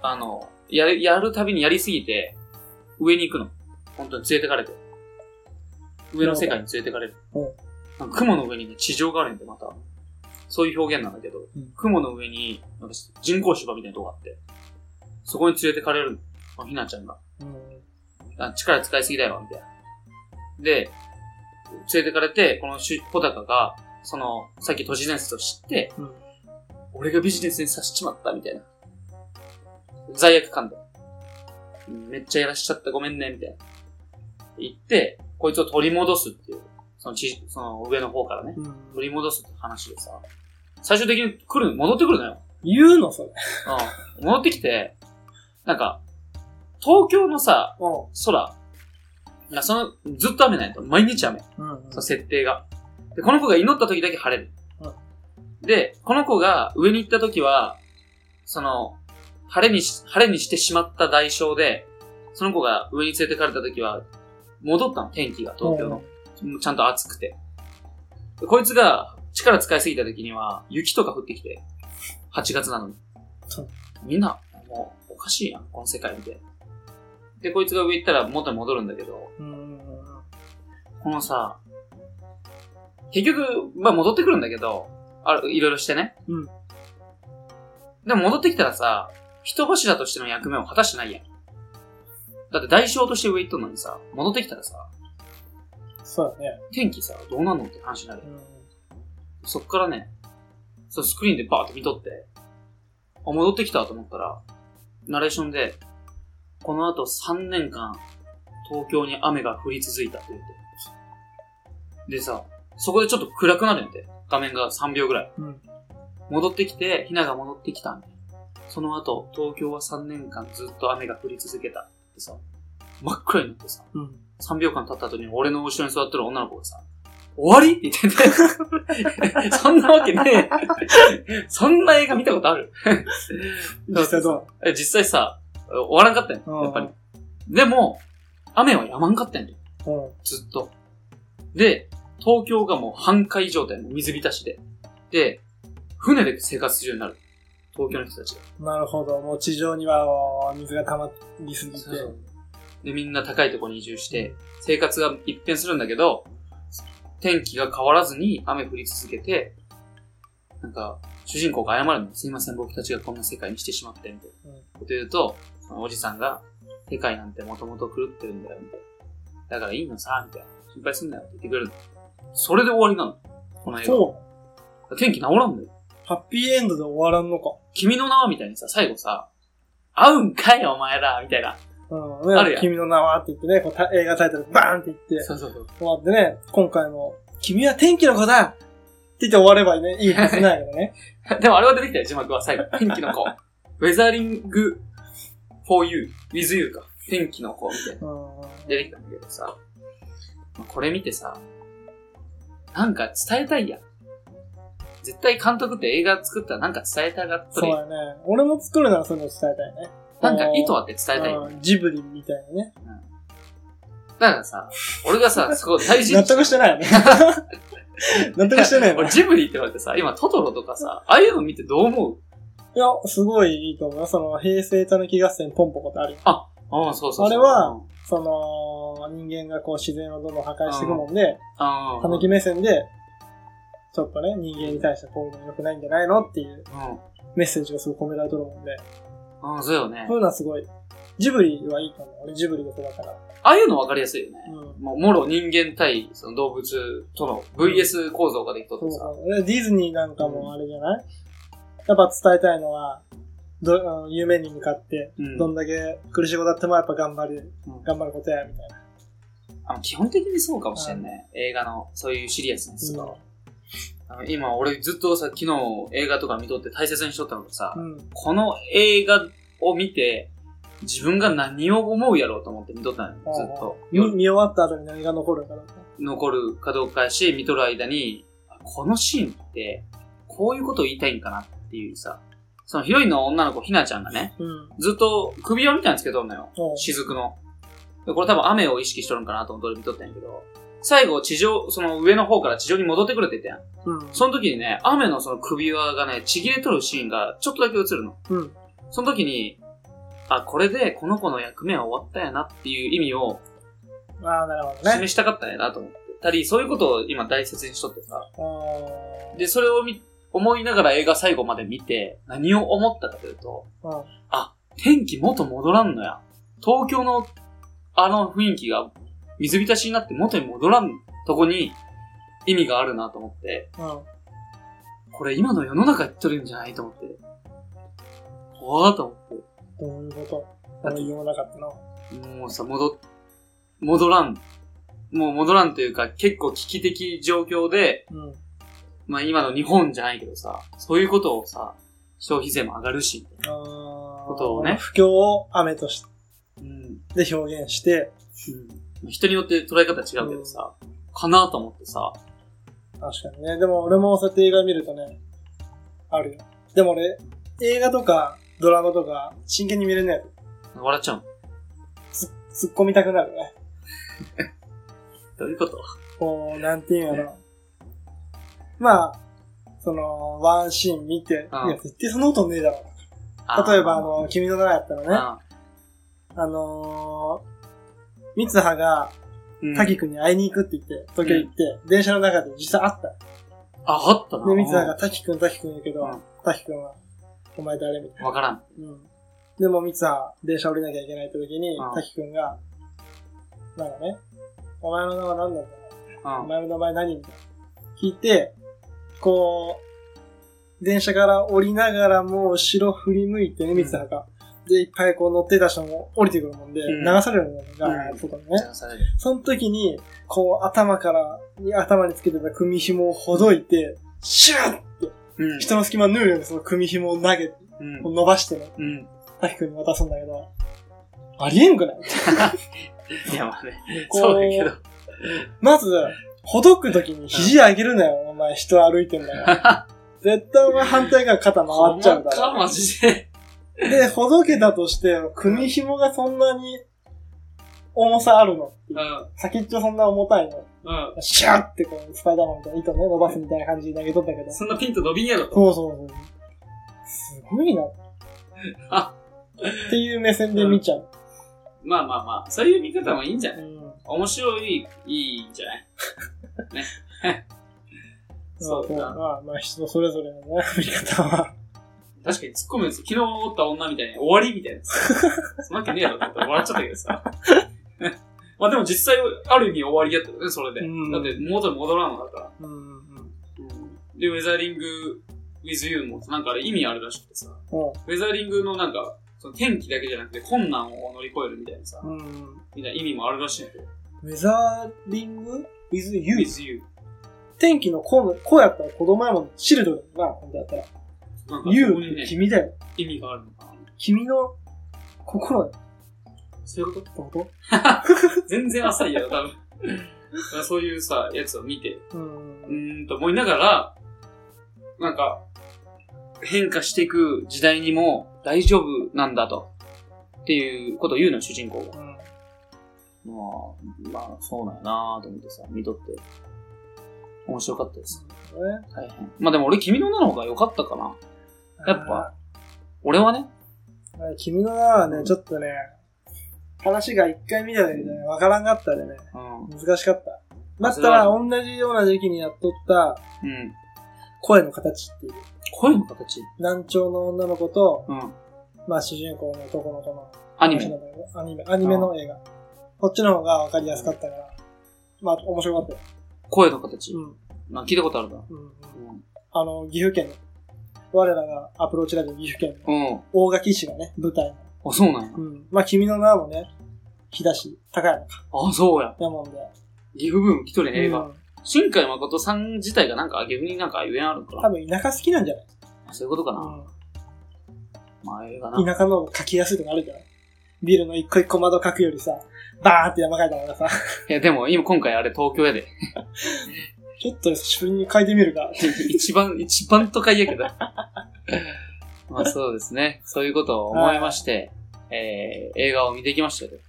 [SPEAKER 1] あの、やる、やるたびにやりすぎて、上に行くの。本当に連れてかれて。上の世界に連れてかれる
[SPEAKER 2] うん。
[SPEAKER 1] なんか雲の上にね、地上があるんやて、また。そういう表現なんだけど、
[SPEAKER 2] うん
[SPEAKER 1] 雲の上に、なんか人工芝みたいなとこがあって、そこに連れてかれるの、ひなちゃんが。
[SPEAKER 2] う。うん。
[SPEAKER 1] あ力使いすぎだよ、みたいな。で、連れてかれて、この主、穂高が、その、さっき都市伝説を知って、
[SPEAKER 2] うん
[SPEAKER 1] 俺がビジネスにさせちまった、みたいな。罪悪感で。うんめっちゃやらしちゃった、ごめんね、みたいな。言って、こいつを取り戻すっていう、その地、その上の方からね、
[SPEAKER 2] うん。
[SPEAKER 1] 取り戻すって話でさ、最終的に来る、戻ってくるのよ。
[SPEAKER 2] 言うのそれ。
[SPEAKER 1] うん。戻ってきて、なんか、東京のさ、
[SPEAKER 2] お
[SPEAKER 1] 空。いや、その、ずっと雨ないと。毎日雨。
[SPEAKER 2] うん。うん。
[SPEAKER 1] その設定が。で、この子が祈った時だけ晴れる。で、この子が上に行った時は、その、晴れにし、晴れにしてしまった代償で、その子が上に連れてかれた時は、戻ったの、天気が、東京の。ちゃんと暑くて。でこいつが力使いすぎた時には、雪とか降ってきて、8月なのに
[SPEAKER 2] そう。
[SPEAKER 1] みんな、もう、おかしいやん、この世界見て。で、こいつが上行ったら元に戻るんだけど、
[SPEAKER 2] うん。うん。
[SPEAKER 1] このさ、結局、まあ戻ってくるんだけど、ある、いろいろしてね。
[SPEAKER 2] うん。
[SPEAKER 1] でも戻ってきたらさ、人柱としての役目を果たしてないやん。だって代償として上行っとんのにさ、戻ってきたらさ、
[SPEAKER 2] そうだね。
[SPEAKER 1] 天気さ、どうなんのって話になる
[SPEAKER 2] う。ん。
[SPEAKER 1] そっからね、そのスクリーンでバーって見とって、あ、戻ってきたと思ったら、ナレーションで、この後3年間、東京に雨が降り続いたって言って。でさ、そこでちょっと暗くなるんやて。画面が3秒ぐらい。
[SPEAKER 2] うん
[SPEAKER 1] 戻ってきて、ひなが戻ってきたんで。その後、東京は3年間ずっと雨が降り続けたってさ、真っ暗になってさ、
[SPEAKER 2] うん。
[SPEAKER 1] 3秒間経った後に俺の後ろに座ってる女の子がさ、終わりって言って て。そんなわけねえ。 そんな映画見たことある
[SPEAKER 2] 実際ど
[SPEAKER 1] え実際さ、終わらんかった
[SPEAKER 2] う
[SPEAKER 1] よ、やっぱり。。でも、雨はやまんかったんよ、
[SPEAKER 2] うん。
[SPEAKER 1] ずっと。で、東京がもう半壊状態、水浸しで。で、船で生活するようになる。東京の人たちが。
[SPEAKER 2] なるほど。もう地上にはお水が溜まりすぎて。
[SPEAKER 1] そうで、みんな高いとこに移住して、生活が一変するんだけど、天気が変わらずに雨降り続けて、なんか、主人公が謝るの。すいません、僕たちがこんな世界にしてしまって、みたいな
[SPEAKER 2] うん
[SPEAKER 1] こと言うと、そのおじさんが、世界なんてもともと狂ってるんだよ、みたいな。だからいいのさ、みたいな。心配すんなよって言ってくれるの。それで終わりなの。この映
[SPEAKER 2] そう。
[SPEAKER 1] 画。天気治らんのよ。
[SPEAKER 2] ハッピーエンドで終わらんのか。
[SPEAKER 1] 君の名はみたいにさ、最後さ、会うんかいお前らみたいな。
[SPEAKER 2] うん。ね
[SPEAKER 1] あるやん
[SPEAKER 2] 君の名はって言ってね、こうた映画タイトルバーンって言って、
[SPEAKER 1] うそうそう。
[SPEAKER 2] 終わってね、今回も、君は天気の子だって言って終わればね、いいはずないよ ね。
[SPEAKER 1] でもあれは出てきたよ、字幕は 最後。天気の子。ウェザリング for you, with you か。天気の子みたいな。
[SPEAKER 2] うん。
[SPEAKER 1] 出てきたんだけどさ。まあこれ見てさ、なんか伝えたいやん。絶対監督って映画作ったらなんか伝えたがっと
[SPEAKER 2] そう
[SPEAKER 1] るやん
[SPEAKER 2] だね。俺も作るならそういうの伝えたいね。
[SPEAKER 1] なんか意図あって伝えたいやん。
[SPEAKER 2] うんジブリみたいなね。
[SPEAKER 1] だからさ、俺が さ、すごい大事に
[SPEAKER 2] 納得してな いよね。納得してないよね
[SPEAKER 1] 俺。ジブリって言われてさ、今トトロとかさ、ああいうの見てどう思う
[SPEAKER 2] いや、すごいいいと思うよ。その、平成たぬき合戦ポンポコってあるよ
[SPEAKER 1] ああ、そうそうそう。
[SPEAKER 2] あれは
[SPEAKER 1] うん、
[SPEAKER 2] その、人間がこう自然をどんどん破壊していくもんで、
[SPEAKER 1] ああ。
[SPEAKER 2] たぬき目線で、ちょっとね、人間に対してこういうの良くないんじゃないのっていう
[SPEAKER 1] うん。
[SPEAKER 2] メッセージがすごい込められてるもんで、
[SPEAKER 1] ああ、そうよね
[SPEAKER 2] そうい。うのはすごい、ジブリはいいと思う。俺ジブリで育ったから。
[SPEAKER 1] ああいうの分かりやすいよね。
[SPEAKER 2] うん。
[SPEAKER 1] もうもろ人間対その動物との VS 構造ができとっ
[SPEAKER 2] そ
[SPEAKER 1] て
[SPEAKER 2] う
[SPEAKER 1] さ。
[SPEAKER 2] そう。でディズニーなんかもあれじゃないやっぱ伝えたいのは、どあの夢に向かって、
[SPEAKER 1] うん
[SPEAKER 2] どんだけ苦しいことあってもやっぱ頑張る、
[SPEAKER 1] うん
[SPEAKER 2] 頑張ることや、みたいな。
[SPEAKER 1] あの基本的にそうかもしれんね。映画のそういうシリアスなやつとかはあの今俺ずっとさ、昨日映画とか見とって大切にしとったのがさ、
[SPEAKER 2] うん。
[SPEAKER 1] この映画を見て自分が何を思うやろうと思って見とったのよ、ずっと。
[SPEAKER 2] 見
[SPEAKER 1] 夜
[SPEAKER 2] 見終わった後に何が残るかだと。
[SPEAKER 1] 残るかどうかやし、見とる間に、あこのシーンってこういうことを言いたいんかなっていうさ、そのヒロインの女の子ひなちゃんがね、
[SPEAKER 2] うん。
[SPEAKER 1] ずっと首輪みたいなのつけとるのよ。
[SPEAKER 2] おう
[SPEAKER 1] 雫の。でこれ多分雨を意識しとるんかなと思って俺見とったんやけど、最後地上、その上の方から地上に戻ってくれて言ったやん。
[SPEAKER 2] うん。
[SPEAKER 1] その時にね、雨のその首輪がね、ちぎれとるシーンがちょっとだけ映るの。
[SPEAKER 2] うん。
[SPEAKER 1] その時に、あ、これでこの子の役目は終わったんやなっていう意味を
[SPEAKER 2] ああ、なるほどね。
[SPEAKER 1] 示したかったんやなと思ってたり、そういうことを今大切にしとってさ。
[SPEAKER 2] あー
[SPEAKER 1] で、それを見思いながら映画最後まで見て、何を思ったかというと、
[SPEAKER 2] うん。
[SPEAKER 1] 天気元戻らんのや。東京のあの雰囲気が水浸しになって元に戻らんとこに意味があるなと思って、
[SPEAKER 2] うん。
[SPEAKER 1] これ今の世の中言っとるんじゃないと思って。怖ーと思っ
[SPEAKER 2] どういうことこの世の中っての。
[SPEAKER 1] て。もうさ、戻、戻らん。もう戻らんというか結構危機的状況で、
[SPEAKER 2] うん。
[SPEAKER 1] まあ今の日本じゃないけどさ、そういうことをさ、消費税も上がるし、
[SPEAKER 2] あ
[SPEAKER 1] こ
[SPEAKER 2] こと
[SPEAKER 1] をね
[SPEAKER 2] 不況を雨とし
[SPEAKER 1] うん、
[SPEAKER 2] て表現して、
[SPEAKER 1] うん。人によって捉え方違うけどさ、かなと思ってさ、
[SPEAKER 2] 確かにね。でも俺もそうやって映画見るとね、あるよ。でも俺、映画とかドラマとか真剣に見れない
[SPEAKER 1] 笑っちゃうの
[SPEAKER 2] 突っ込みたくなるね。
[SPEAKER 1] どういうこと
[SPEAKER 2] こう、なんていうんやろ。まあ、その、ワンシーン見て、
[SPEAKER 1] うん
[SPEAKER 2] いや、絶対そのことねえだろ。例えば、あ、の、君の名やったらね、
[SPEAKER 1] あ
[SPEAKER 2] あのー、三葉が、
[SPEAKER 1] うん
[SPEAKER 2] 滝くんに会いに行くって言って、東京行って、電車の中で実際会った。
[SPEAKER 1] あ、あったな。
[SPEAKER 2] で、三沢が滝くん、滝くん言うけ
[SPEAKER 1] う
[SPEAKER 2] ど
[SPEAKER 1] ん、
[SPEAKER 2] 滝くんは、お前誰みたい
[SPEAKER 1] うんわからん。
[SPEAKER 2] な。うん。でも三沢、電車降りなきゃいけないって時に
[SPEAKER 1] うん、
[SPEAKER 2] 滝くんが、なんかね、お前の名前何なんだ
[SPEAKER 1] うん
[SPEAKER 2] お。前の名前何みたいな。聞いて、こう、電車から降りながらも後ろ振り向いてね、三沢が。で、いっぱいこう乗ってた人も降りてくるもんで、
[SPEAKER 1] うん
[SPEAKER 2] 流されるもんが、
[SPEAKER 1] うん
[SPEAKER 2] そうだね。
[SPEAKER 1] じゃあされる
[SPEAKER 2] その時に、こう頭から、頭につけてた組紐をほどいて、シュッ
[SPEAKER 1] うん。
[SPEAKER 2] 人の隙間縫うようにその組紐を投げ、
[SPEAKER 1] うん。
[SPEAKER 2] 伸ばしてね、
[SPEAKER 1] うん。
[SPEAKER 2] 滝くんに渡すんだけど、ありえんくない
[SPEAKER 1] いや、まあね。
[SPEAKER 2] こう
[SPEAKER 1] そうだけど。
[SPEAKER 2] まず、ほどくときに肘上げるなよ、お前人歩いてん だから。絶対お前反対側肩回っちゃうか
[SPEAKER 1] か、マジで。
[SPEAKER 2] ら。で、ほどけたとして、組紐がそんなに重さあるの。
[SPEAKER 1] うん。
[SPEAKER 2] 先っちょそんな重たいの。
[SPEAKER 1] うん。
[SPEAKER 2] シャーってこう、スパイダーマンみたいな糸ね、伸ばすみたいな感じで投げとったけど。
[SPEAKER 1] そんなピンと伸びんやろと。
[SPEAKER 2] そうそうそう。すごいな。
[SPEAKER 1] あ
[SPEAKER 2] っていう目線で見ちゃう。
[SPEAKER 1] まあまあまあ、そういう見方もいいんじゃ
[SPEAKER 2] う
[SPEAKER 1] ない
[SPEAKER 2] ん。
[SPEAKER 1] 面白い、いいんじゃない ね。 そう
[SPEAKER 2] まあ
[SPEAKER 1] だな。
[SPEAKER 2] まあ、まあ、人それぞれのね、見方は。
[SPEAKER 1] 確かに突っ込むやつ、昨日おった女みたいに終わりみたいなや つ。そんなわけねえやろと思って笑っちゃったけどさ。 まあでも実際、ある意味終わりやったよ ね、それで。
[SPEAKER 2] うん
[SPEAKER 1] だって元に戻らんのだから。
[SPEAKER 2] うんうん。
[SPEAKER 1] で、ウェザリング・ウィズ・ユーもなんかあれ意味あるらしくてさ。ウェザリングのなんか、その天気だけじゃなくて困難を乗り越えるみたいなさ、
[SPEAKER 2] うん。うん。
[SPEAKER 1] みたいな意味もあるらしいんだけど。
[SPEAKER 2] ウェザーリング with you.
[SPEAKER 1] with you.
[SPEAKER 2] 天気のこうの、こうやったら子供やもん、シルドルな、本当やったら。
[SPEAKER 1] なんかそこに
[SPEAKER 2] you
[SPEAKER 1] ね、
[SPEAKER 2] 君だよ。
[SPEAKER 1] 意味があるのかな。
[SPEAKER 2] 君の心だよ。
[SPEAKER 1] そういうこ
[SPEAKER 2] ってこと
[SPEAKER 1] と全然浅いよ、多分。 だからそういうさ、やつを見て、
[SPEAKER 2] う。
[SPEAKER 1] うんーんと思いながら、なんか、変化していく時代にも大丈夫なんだと。っていうことを言うの、主人公が。
[SPEAKER 2] うん。
[SPEAKER 1] まあ、まあ、そうなんやなと思ってさ、見とって。面白かったです。
[SPEAKER 2] ね
[SPEAKER 1] 大変。まあでも俺、君の名の方が良かったかな。やっぱ。俺はね。
[SPEAKER 2] あー君の名はね、ちょっとね、話が一回見ただけでね、わからんかったでね、
[SPEAKER 1] うん。
[SPEAKER 2] 難しかった。だっ
[SPEAKER 1] それ
[SPEAKER 2] た
[SPEAKER 1] は
[SPEAKER 2] ら、同じような時期にやっとった、
[SPEAKER 1] うん。
[SPEAKER 2] 声の形っていう、
[SPEAKER 1] 声の形。
[SPEAKER 2] 難聴の女の子と、
[SPEAKER 1] うん。
[SPEAKER 2] まあ主人公の男の子の
[SPEAKER 1] アニメ。
[SPEAKER 2] アニメ、アニメの映画。こっちの方が分かりやすかったから、まあ、面白かったよ。
[SPEAKER 1] 声の形。
[SPEAKER 2] うん。
[SPEAKER 1] まあ、聞いたことあるな。
[SPEAKER 2] うん
[SPEAKER 1] う
[SPEAKER 2] あの、岐阜県の、我らがアプローチラジオ岐阜県の
[SPEAKER 1] ん。うん。
[SPEAKER 2] 大垣市がね、舞台の。
[SPEAKER 1] あ、そうなんや。
[SPEAKER 2] うん。まあ、君の名もね、日田市、高山か。
[SPEAKER 1] あ、そうや。
[SPEAKER 2] やもんで。
[SPEAKER 1] 岐阜ブーム来とるね映画。
[SPEAKER 2] うん
[SPEAKER 1] 新海誠さん自体がなんか、岐阜になんかゆえんあるんか
[SPEAKER 2] 多
[SPEAKER 1] ら。
[SPEAKER 2] 分田舎好きなんじゃない、
[SPEAKER 1] そういうことかな。
[SPEAKER 2] う
[SPEAKER 1] まあ、映画
[SPEAKER 2] ん、
[SPEAKER 1] な。
[SPEAKER 2] 田舎の方が書きやすいとかあるじゃないビルの一個一個窓書くよりさ、バーンって山書いたからさ、
[SPEAKER 1] いや、でも今、今回あれ東京やで。
[SPEAKER 2] ちょっと久しぶりに書いてみるか。
[SPEAKER 1] 一番、一番都会やけど。 まあそうですね。そういうことを思いまして、えー、映画を見てきましたけど。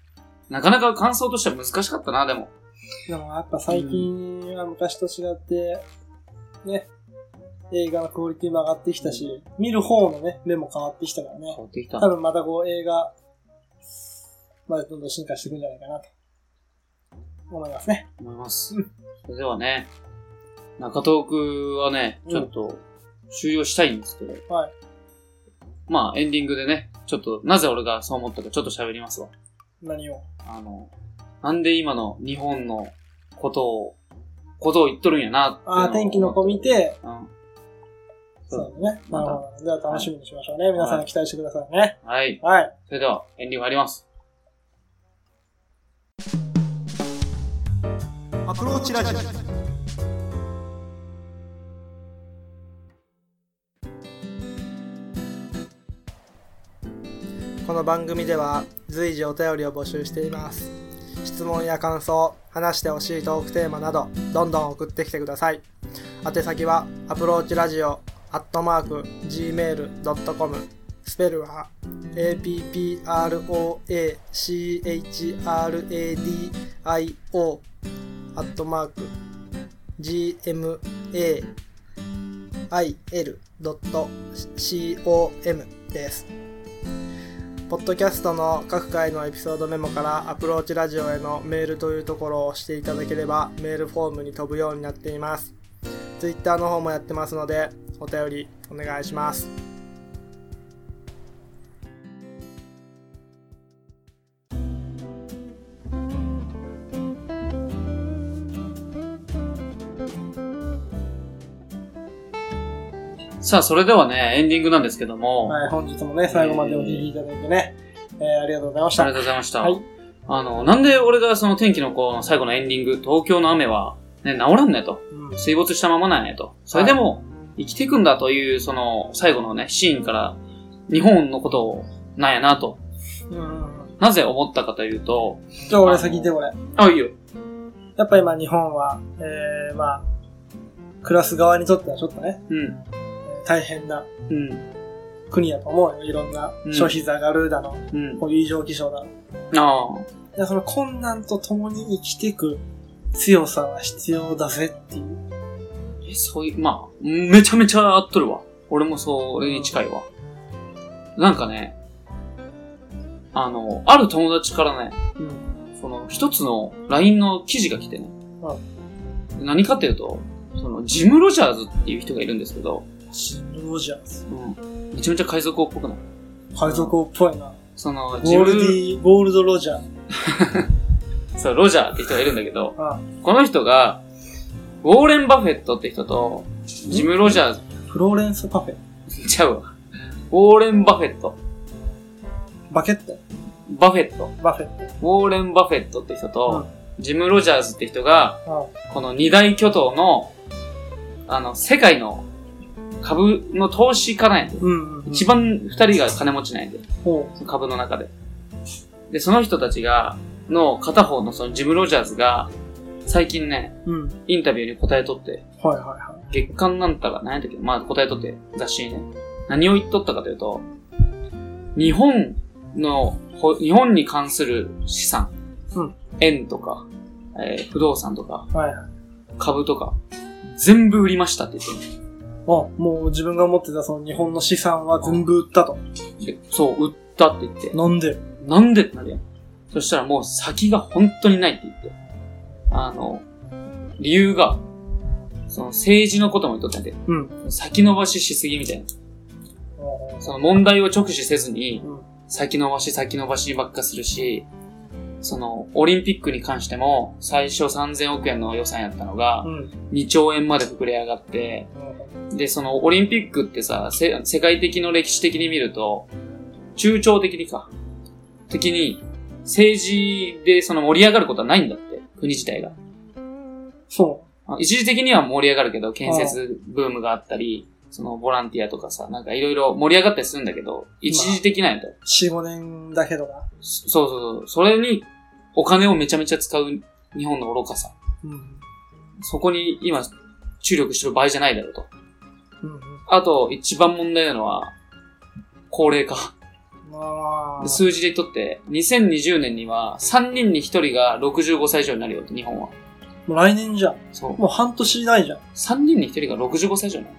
[SPEAKER 1] なかなか感想としては難しかったな、でも。
[SPEAKER 2] でもやっぱ最近は昔と違って、ね、映画のクオリティも上がってきたし、見る方のね、目も変わってきたからね。
[SPEAKER 1] 変わってきた
[SPEAKER 2] 多。分またこう映画、まあどんどん進化していくんじゃないかなと。思いますね。
[SPEAKER 1] 思います。
[SPEAKER 2] うん
[SPEAKER 1] それではね、中東区はね、
[SPEAKER 2] うん
[SPEAKER 1] ちょっと終了したいんですけど、
[SPEAKER 2] はい
[SPEAKER 1] まあエンディングでね、ちょっとなぜ俺がそう思ったかちょっと喋りますわ。
[SPEAKER 2] 何を。
[SPEAKER 1] あの、なんで今の日本のことを、ことを言っとるんやなっていうのを
[SPEAKER 2] ああ、天気の子見。て、
[SPEAKER 1] うん。そう
[SPEAKER 2] そうだね。
[SPEAKER 1] ま
[SPEAKER 2] なる
[SPEAKER 1] た
[SPEAKER 2] ほど。では楽しみにしましょうね。皆さん期待してくださいね。
[SPEAKER 1] はい。
[SPEAKER 2] はい。
[SPEAKER 1] それではエンディングあります。
[SPEAKER 3] アプローチラジオ
[SPEAKER 2] この番組では随時お便りを募集しています質問や感想話してほしいトークテーマなどどんどん送ってきてください宛先はアプローチラジオアットマーク Gmail.com スペルは APPROACHRADIO アットマーク GMAIL.com ですポポッドキャストの各回のエピソードメモからアプローチラジオへのメールというところを押していただければメールフォームに飛ぶようになっています。Twitter の方もやってますのでお便りお願いします。
[SPEAKER 1] さあ、それではね、エンディングなんですけども、
[SPEAKER 2] はい、本日もね、最後までお聞きいただいてね、えーありがとうございまし
[SPEAKER 1] あ
[SPEAKER 2] た。
[SPEAKER 1] りがとうございました。
[SPEAKER 2] はい
[SPEAKER 1] あの、なんで俺がその天気の子の最後のエンディング、東京の雨は、ね、治らんねと。
[SPEAKER 2] うん
[SPEAKER 1] 水没したままなんやと。それでも、生きていくんだという、その、最後のね、シーンから、日本のことを、なんやなと。
[SPEAKER 2] うんうんうん。
[SPEAKER 1] なぜ思ったかというと、
[SPEAKER 2] ちょ、俺先言ってこれ。
[SPEAKER 1] あ、いいよ。
[SPEAKER 2] やっぱ今日本は、えー、まあ、暮らす側にとってはちょっとね、
[SPEAKER 1] うん。
[SPEAKER 2] えー大変な
[SPEAKER 1] うん。
[SPEAKER 2] 国やと思うよ。いろんな
[SPEAKER 1] うん
[SPEAKER 2] 消費税上がるだの、
[SPEAKER 1] うん。
[SPEAKER 2] こういう異常気象だの。
[SPEAKER 1] あ
[SPEAKER 2] いやその困難と共に生きていく強さは必要だぜっていう。
[SPEAKER 1] あ。え、そういう、まあ、めちゃめちゃ合っとるわ。俺もそれに近いわ。なんかね、あの、ある友達からね、
[SPEAKER 2] うん。
[SPEAKER 1] その、一つの LINE の記事が来てね。何かっていうと、その、ジム・ロジャーズっていう人がいるんですけど、
[SPEAKER 2] ジム・ロジャーズ。
[SPEAKER 1] うん。めちゃめちゃ海賊王っぽくない
[SPEAKER 2] 海賊王っぽいな。
[SPEAKER 1] その、ジ
[SPEAKER 2] ゴー
[SPEAKER 1] ム
[SPEAKER 2] ル、ディ、ゴールド・ロジャー。
[SPEAKER 1] そう、ロジャーって人がいるんだけど、
[SPEAKER 2] あ
[SPEAKER 1] この人が、ウォーレン・バフェットって人と、ジム・ロジャーズ、
[SPEAKER 2] フローレンス・パフェ。
[SPEAKER 1] ちゃうわ。ウォーレン・バフェット。
[SPEAKER 2] バケット。
[SPEAKER 1] バフェット。
[SPEAKER 2] バフェッ
[SPEAKER 1] ウォーレン・バフェットって人と、ジム・ロジャーズって人が、
[SPEAKER 2] ト。
[SPEAKER 1] この二大巨頭の、あの、世界の株の投資家なんやで
[SPEAKER 2] うん。うん。
[SPEAKER 1] 一。番二人が金持ちなんやで、
[SPEAKER 2] おう。
[SPEAKER 1] その株の中で。で、その人たちが、の片方のそのジム・ロジャーズが、最近ね、
[SPEAKER 2] うん。
[SPEAKER 1] インタビューに答えとって、
[SPEAKER 2] はいはいは
[SPEAKER 1] 月刊なんたら何やったっけまあ答えとって、雑誌にね。何を言っとったかというと、日本の、ほ日本に関する資産、
[SPEAKER 2] うん
[SPEAKER 1] 円とか、えー不動産とか、
[SPEAKER 2] い。はいはい。
[SPEAKER 1] 株とか、全部売りましたって言って
[SPEAKER 2] あ、もう自分が持ってたその日本の資産は全部売ったと。
[SPEAKER 1] るでそう、売ったって言って、
[SPEAKER 2] なんで
[SPEAKER 1] なんでってなるやん。そしたらもう先が本当にないって言って。あの、理由が、その政治のことも言っとったんで、
[SPEAKER 2] うん。
[SPEAKER 1] 先延ばししすぎみたいな。
[SPEAKER 2] お
[SPEAKER 1] その問題を直視せずに
[SPEAKER 2] うん、
[SPEAKER 1] 先延ばし先延ばしばっかするし、その、オリンピックに関しても、最初3000億円の予算やったのが
[SPEAKER 2] う、ん。
[SPEAKER 1] 2兆円まで膨れ上がって、で、その、オリンピックってさ、せ世界的の歴史的に見ると、中長的にか、的に、政治でその盛り上がることはないんだって、国自体が。
[SPEAKER 2] そ
[SPEAKER 1] あ一時的には盛り上がるけど、建設ブームがあったり、そのボランティアとかさ、なんかいろいろ盛り上がったりするんだけど、一時的なんやと。
[SPEAKER 2] う。4、5年だけどな。
[SPEAKER 1] そそうそうそう。それに、お金をめちゃめちゃ使う日本の愚かさ。
[SPEAKER 2] うん。
[SPEAKER 1] そこに今、注力してる場合じゃないだろうと。
[SPEAKER 2] うん。
[SPEAKER 1] あと、一番問題なのは、高齢化。
[SPEAKER 2] ああ。
[SPEAKER 1] 数字でとって、2020年には3人に1人が65歳以上になるよって、日本は。
[SPEAKER 2] もう来年じゃん。
[SPEAKER 1] そう。
[SPEAKER 2] もう半年ないじゃん。
[SPEAKER 1] 3人に1人が65歳以上になる。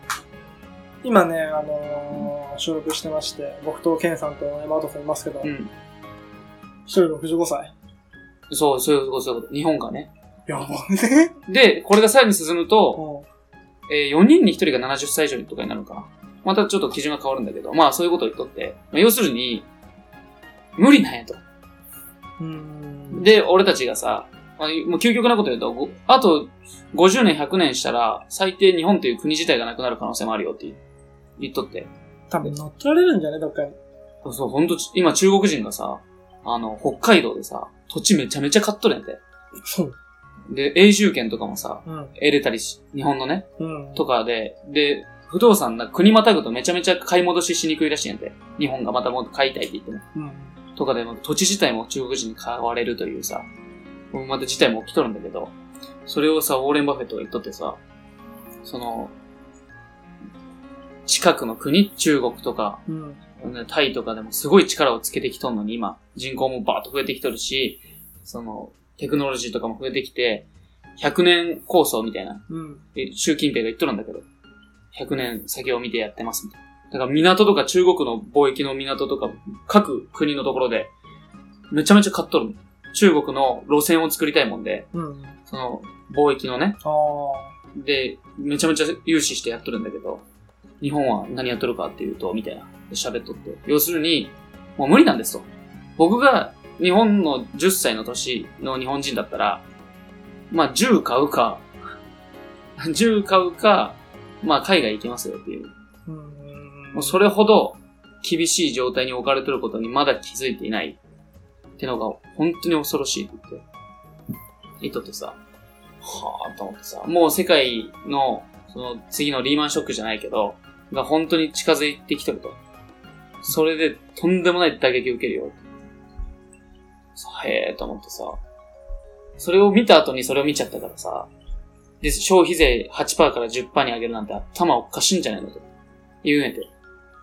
[SPEAKER 2] 今ね、あのー、収録してまして、僕とケンさんと山本さんいますけど、
[SPEAKER 1] う
[SPEAKER 2] 一、
[SPEAKER 1] ん。
[SPEAKER 2] 人65歳。
[SPEAKER 1] そう、そういうこと、そういうこと。日本がね。
[SPEAKER 2] やばね。
[SPEAKER 1] で、これがさらに進む
[SPEAKER 2] う
[SPEAKER 1] と、
[SPEAKER 2] ん。
[SPEAKER 1] え4人に1人が70歳以上とかになるのかな。またちょっと基準が変わるんだけど、まあそういうことを言っとって、まあ、要するに、無理なんやと。
[SPEAKER 2] うん。
[SPEAKER 1] で、俺たちがさ、まあもう究極なこと言うと、ごあと50年、100年したら、最低日本という国自体がなくなる可能性もあるよって言っとって。
[SPEAKER 2] 多分乗っ取られるんじゃねどっかに。
[SPEAKER 1] そうそう、ほんと、今中国人がさ、あの、北海道でさ、土地めちゃめちゃ買っとるんやて。
[SPEAKER 2] そう。
[SPEAKER 1] で、永住権とかもさ、
[SPEAKER 2] うん。
[SPEAKER 1] 得れたりし、日本のね、
[SPEAKER 2] うん。
[SPEAKER 1] とかで、で、不動産な、国またぐとめちゃめちゃ買い戻ししにくいらしいんやて。日本がまたもっと買いたいって言っても。
[SPEAKER 2] うん。
[SPEAKER 1] とかでも、土地自体も中国人に買われるというさ、また事態も起きとるんだけど、それをさ、ウォーレン・バフェットが言っとってさ、その、近くの国、中国とか、
[SPEAKER 2] うん。
[SPEAKER 1] タイとかでもすごい力をつけてきとんのに、今、人口もバーッと増えてきとるし、その、テクノロジーとかも増えてきて、100年構想みたいな、
[SPEAKER 2] うん。
[SPEAKER 1] え習近平が言っとるんだけど、100年先を見てやってますみたいな。だから港とか中国の貿易の港とか、各国のところで、めちゃめちゃ買っとる。中国の路線を作りたいもんで、
[SPEAKER 2] うん。あ
[SPEAKER 1] その貿易のね、
[SPEAKER 2] あ。
[SPEAKER 1] で、めちゃめちゃ融資してやっとるんだけど、日本は何やっとるかっていうと、みたいな。で喋っとって。要するに、もう無理なんですと。僕が日本の10歳の年の日本人だったら、まあ10買うか、10買うか、まあ海外行きますよっていう。
[SPEAKER 2] うん。
[SPEAKER 1] もうそれほど厳しい状態に置かれてることにまだ気づいていないってのが本当に恐ろしいって言って、言っとってさ、はぁと思ってさ、もう世界のその次のリーマンショックじゃないけど、が本当に近づいてきてると。それでとんでもない打撃を受けるよ。さへえと思ってさ、それを見た後にそれを見ちゃったからさ、で、消費税8%から10%に上げるなんて頭おかしいんじゃないのと。言うんやて。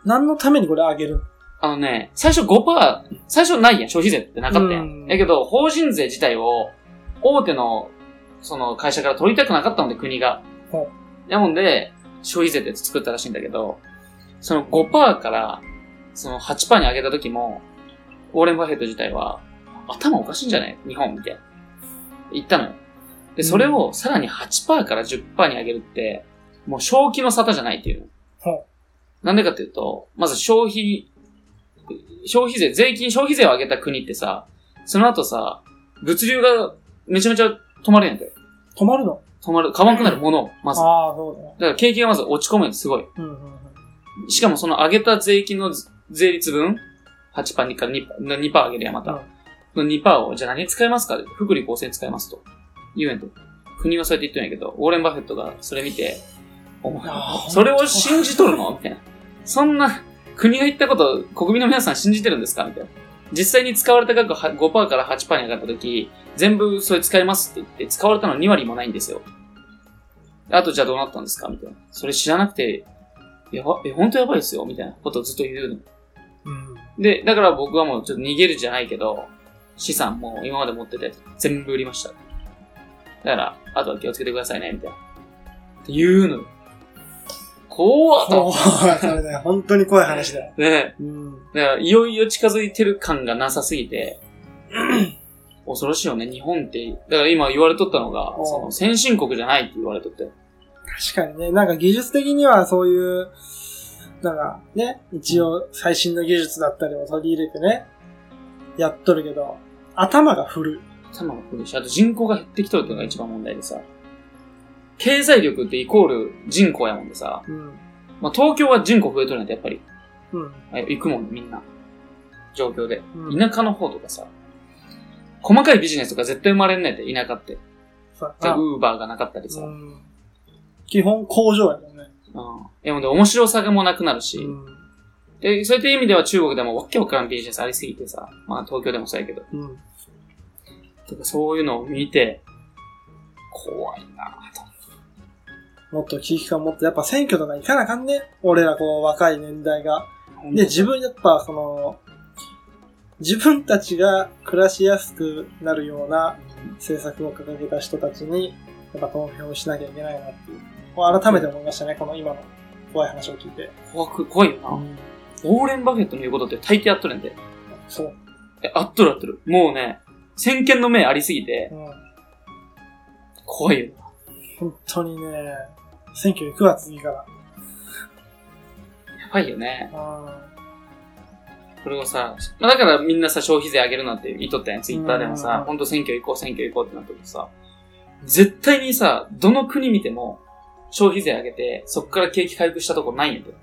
[SPEAKER 2] 何のためにこれあげる
[SPEAKER 1] あのね、最初5%、最初ないやん、消費税ってなかったや
[SPEAKER 2] うん
[SPEAKER 1] ん。だけど、法人税自体を、大手の、その会社から取りたくなかったので、国が
[SPEAKER 2] ほ。
[SPEAKER 1] なもんで、消費税って作ったらしいんだけど、その5%から、その8%に上げた時も、ウォーレン・バフェット自体は、頭おかしいんじゃない日本みたいな。言ったのよ。で、それをさらに8%から10%に上げるって、もう正気の沙汰じゃないっていう
[SPEAKER 2] ほう。
[SPEAKER 1] なんでかっていうと、まず消費、消費税、税金、消費税を上げた国ってさ、その後さ、物流がめちゃめちゃ止まるやんかよ。
[SPEAKER 2] 止まるの
[SPEAKER 1] 止まる、買わんくなるもの、まず。だか
[SPEAKER 2] ああ、そうだね。
[SPEAKER 1] ら景気がまず落ち込むんです、すごい。
[SPEAKER 2] うんうんうん。
[SPEAKER 1] しかもその上げた税金の税率分、8パー2から2パー、2パー上げるやんまた。の2パーを、じゃあ何に使いますか福利厚生に使いますと。言うやんと。国はそうやって言ってるんやけど、ウォーレン・バフェットがそれ見て、お前
[SPEAKER 2] あー
[SPEAKER 1] それを信じとるのみたいな。そんな、国が言ったことを国民の皆さん信じてるんですかみたいな。実際に使われた額は5%から8%に上がった時、全部それ使いますって言って、使われたの2割もないんですよ。あとじゃあどうなったんですかみたいな。それ知らなくて、やば、え、本当やばいですよみたいなことをずっと言うの。
[SPEAKER 2] うん。
[SPEAKER 1] で、だから僕はもうちょっと逃げるじゃないけど、資産も今まで持ってたやつ全部売りました。だから、あとは気をつけてくださいね、みたいな。って言うのよ。怖っ
[SPEAKER 2] そう、
[SPEAKER 1] と。
[SPEAKER 2] それね、本当に怖い話だよ。
[SPEAKER 1] ね
[SPEAKER 2] うん。
[SPEAKER 1] だから、いよいよ近づいてる感がなさすぎて、 恐ろしいよね、日本って。だから今言われとったのが
[SPEAKER 2] お、う
[SPEAKER 1] その先進国じゃないって言われとって。
[SPEAKER 2] 確かにね、なんか技術的にはそういう、なんかね、一応最新の技術だったりを取り入れてね、やっとるけど、頭が古い。
[SPEAKER 1] 頭が来るし、あと人口が減ってきとるっていうのが一番問題でさ、経済力ってイコール人口やもんでさ、
[SPEAKER 2] うん。
[SPEAKER 1] まあ、東京は人口増えとるなんてやっぱり、
[SPEAKER 2] うん。
[SPEAKER 1] あ行くもんね、みんな。状況で。
[SPEAKER 2] うん、
[SPEAKER 1] 田舎の方とかさ、細かいビジネスとか絶対生まれんねんって、田舎って。
[SPEAKER 2] そう
[SPEAKER 1] で
[SPEAKER 2] やな
[SPEAKER 1] ウーバーがなかったりさ。う。
[SPEAKER 2] うんん基本工場やもんね。
[SPEAKER 1] え、ほんで、面白さがもうなくなるし、
[SPEAKER 2] うん。
[SPEAKER 1] で、そういった意味では中国でもわけわからんビジネスありすぎてさ、まあ東京でもそうやけど、
[SPEAKER 2] うん。
[SPEAKER 1] とかそういうのを見て、怖いなぁと。
[SPEAKER 2] もっと危機感持って、やっぱ選挙とか行かなあかんね。俺らこう若い年代が。で、自分やっぱその、自分たちが暮らしやすくなるような政策を掲げた人たちに、やっぱ投票しなきゃいけないなっていう。こう改めて思いましたね、この今の怖い話を聞いて。
[SPEAKER 1] 怖く、怖いよな。ウォーレン・バフェットの言うことって大抵あっとるんで。
[SPEAKER 2] そう。
[SPEAKER 1] え、あっとるあっとる。もうね、先見の目ありすぎて、
[SPEAKER 2] うん。
[SPEAKER 1] 怖いよな。
[SPEAKER 2] 本当にね、選挙行くわ、次から。
[SPEAKER 1] やばいよね。
[SPEAKER 2] う
[SPEAKER 1] これをさ、まあ、だからみんなさ、消費税上げるなんて言っとったやん、ツイッターでも
[SPEAKER 2] うん
[SPEAKER 1] さ、ほんと選挙行こう、選挙行こうってなってるとさ、絶対にさ、どの国見ても、消費税上げて、そっから景気回復したとこないんやで。
[SPEAKER 2] ん。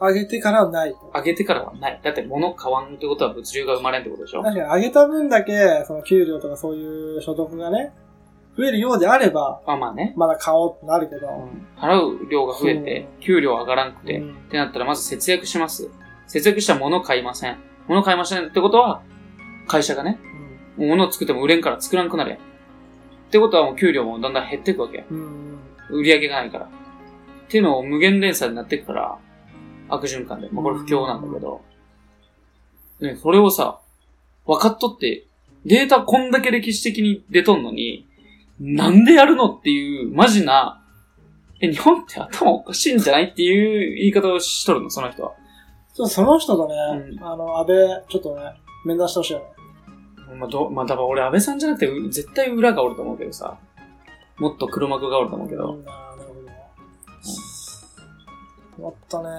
[SPEAKER 2] 上げてからはない。
[SPEAKER 1] 上げてからはない。だって物買わんってことは物流が生まれんってことでしょ
[SPEAKER 2] 確かに上げた分だけ、その給料とかそういう所得がね、増えるようであれば、
[SPEAKER 1] まあまあね。
[SPEAKER 2] まだ買おうってなるけ
[SPEAKER 1] う
[SPEAKER 2] ど。
[SPEAKER 1] ん払う量が増えて、給料上がらんくて、っ
[SPEAKER 2] うん
[SPEAKER 1] てなったらまず節約します。節約したら物買いません。物買いませんってことは、会社がね、もう物を作っても売れんから作らんくなるやん。ってことはもう給料もだんだん減っていくわけやん。
[SPEAKER 2] うん。うん。
[SPEAKER 1] 売り上げがないから。っていうのを無限連鎖になっていくから、悪循環で。まあ、これ不況なんだけど。ね、それをさ、分かっとって、データこんだけ歴史的に出とんのに、なんでやるのっていう、マジな、え、日本って頭おかしいんじゃないっていう言い方をしとるの、その人は。
[SPEAKER 2] そうその人とね、
[SPEAKER 1] うん
[SPEAKER 2] あの、安倍、ちょっとね、面談してほしいよね。
[SPEAKER 1] まあ、ど、まあ、だから俺、安倍さんじゃなくて、う絶対裏がおると思うけどさ。もっと黒幕がおると思うけど。
[SPEAKER 2] うん、なるほど。もっとね、ま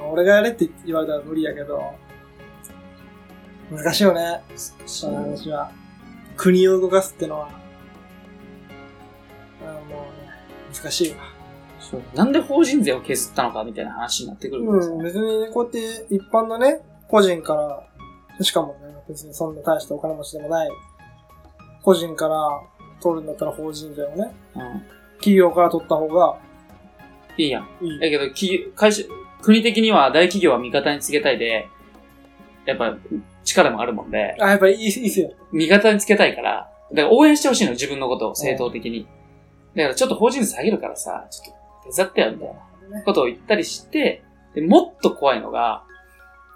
[SPEAKER 2] あ俺がやれって言われたら無理やけど、難しいよね、その話は。国を動かすってのは、あのもうね、難しいわ。
[SPEAKER 1] そうなんで法人税を削ったのかみたいな話になってくるけどさ
[SPEAKER 2] うん、別にね、こうやって一般のね、個人から、しかもね、別にそんな大したお金持ちでもない、個人から取るんだったら法人税をね、
[SPEAKER 1] うん。
[SPEAKER 2] 企業から取った方が
[SPEAKER 1] いいやん。
[SPEAKER 2] いい。
[SPEAKER 1] だけど、企業会社、国的には大企業は味方につけたいで、やっぱ、力もあるもんで、
[SPEAKER 2] あ、やっぱりいいっすいいっすよ。
[SPEAKER 1] 味方につけたいから、だから応援してほしいの、自分のことを、正当的に。だからちょっと法人税下げるからさ、ちょっと手伝ってよ、みたいなことを言ったりして、で、もっと怖いのが、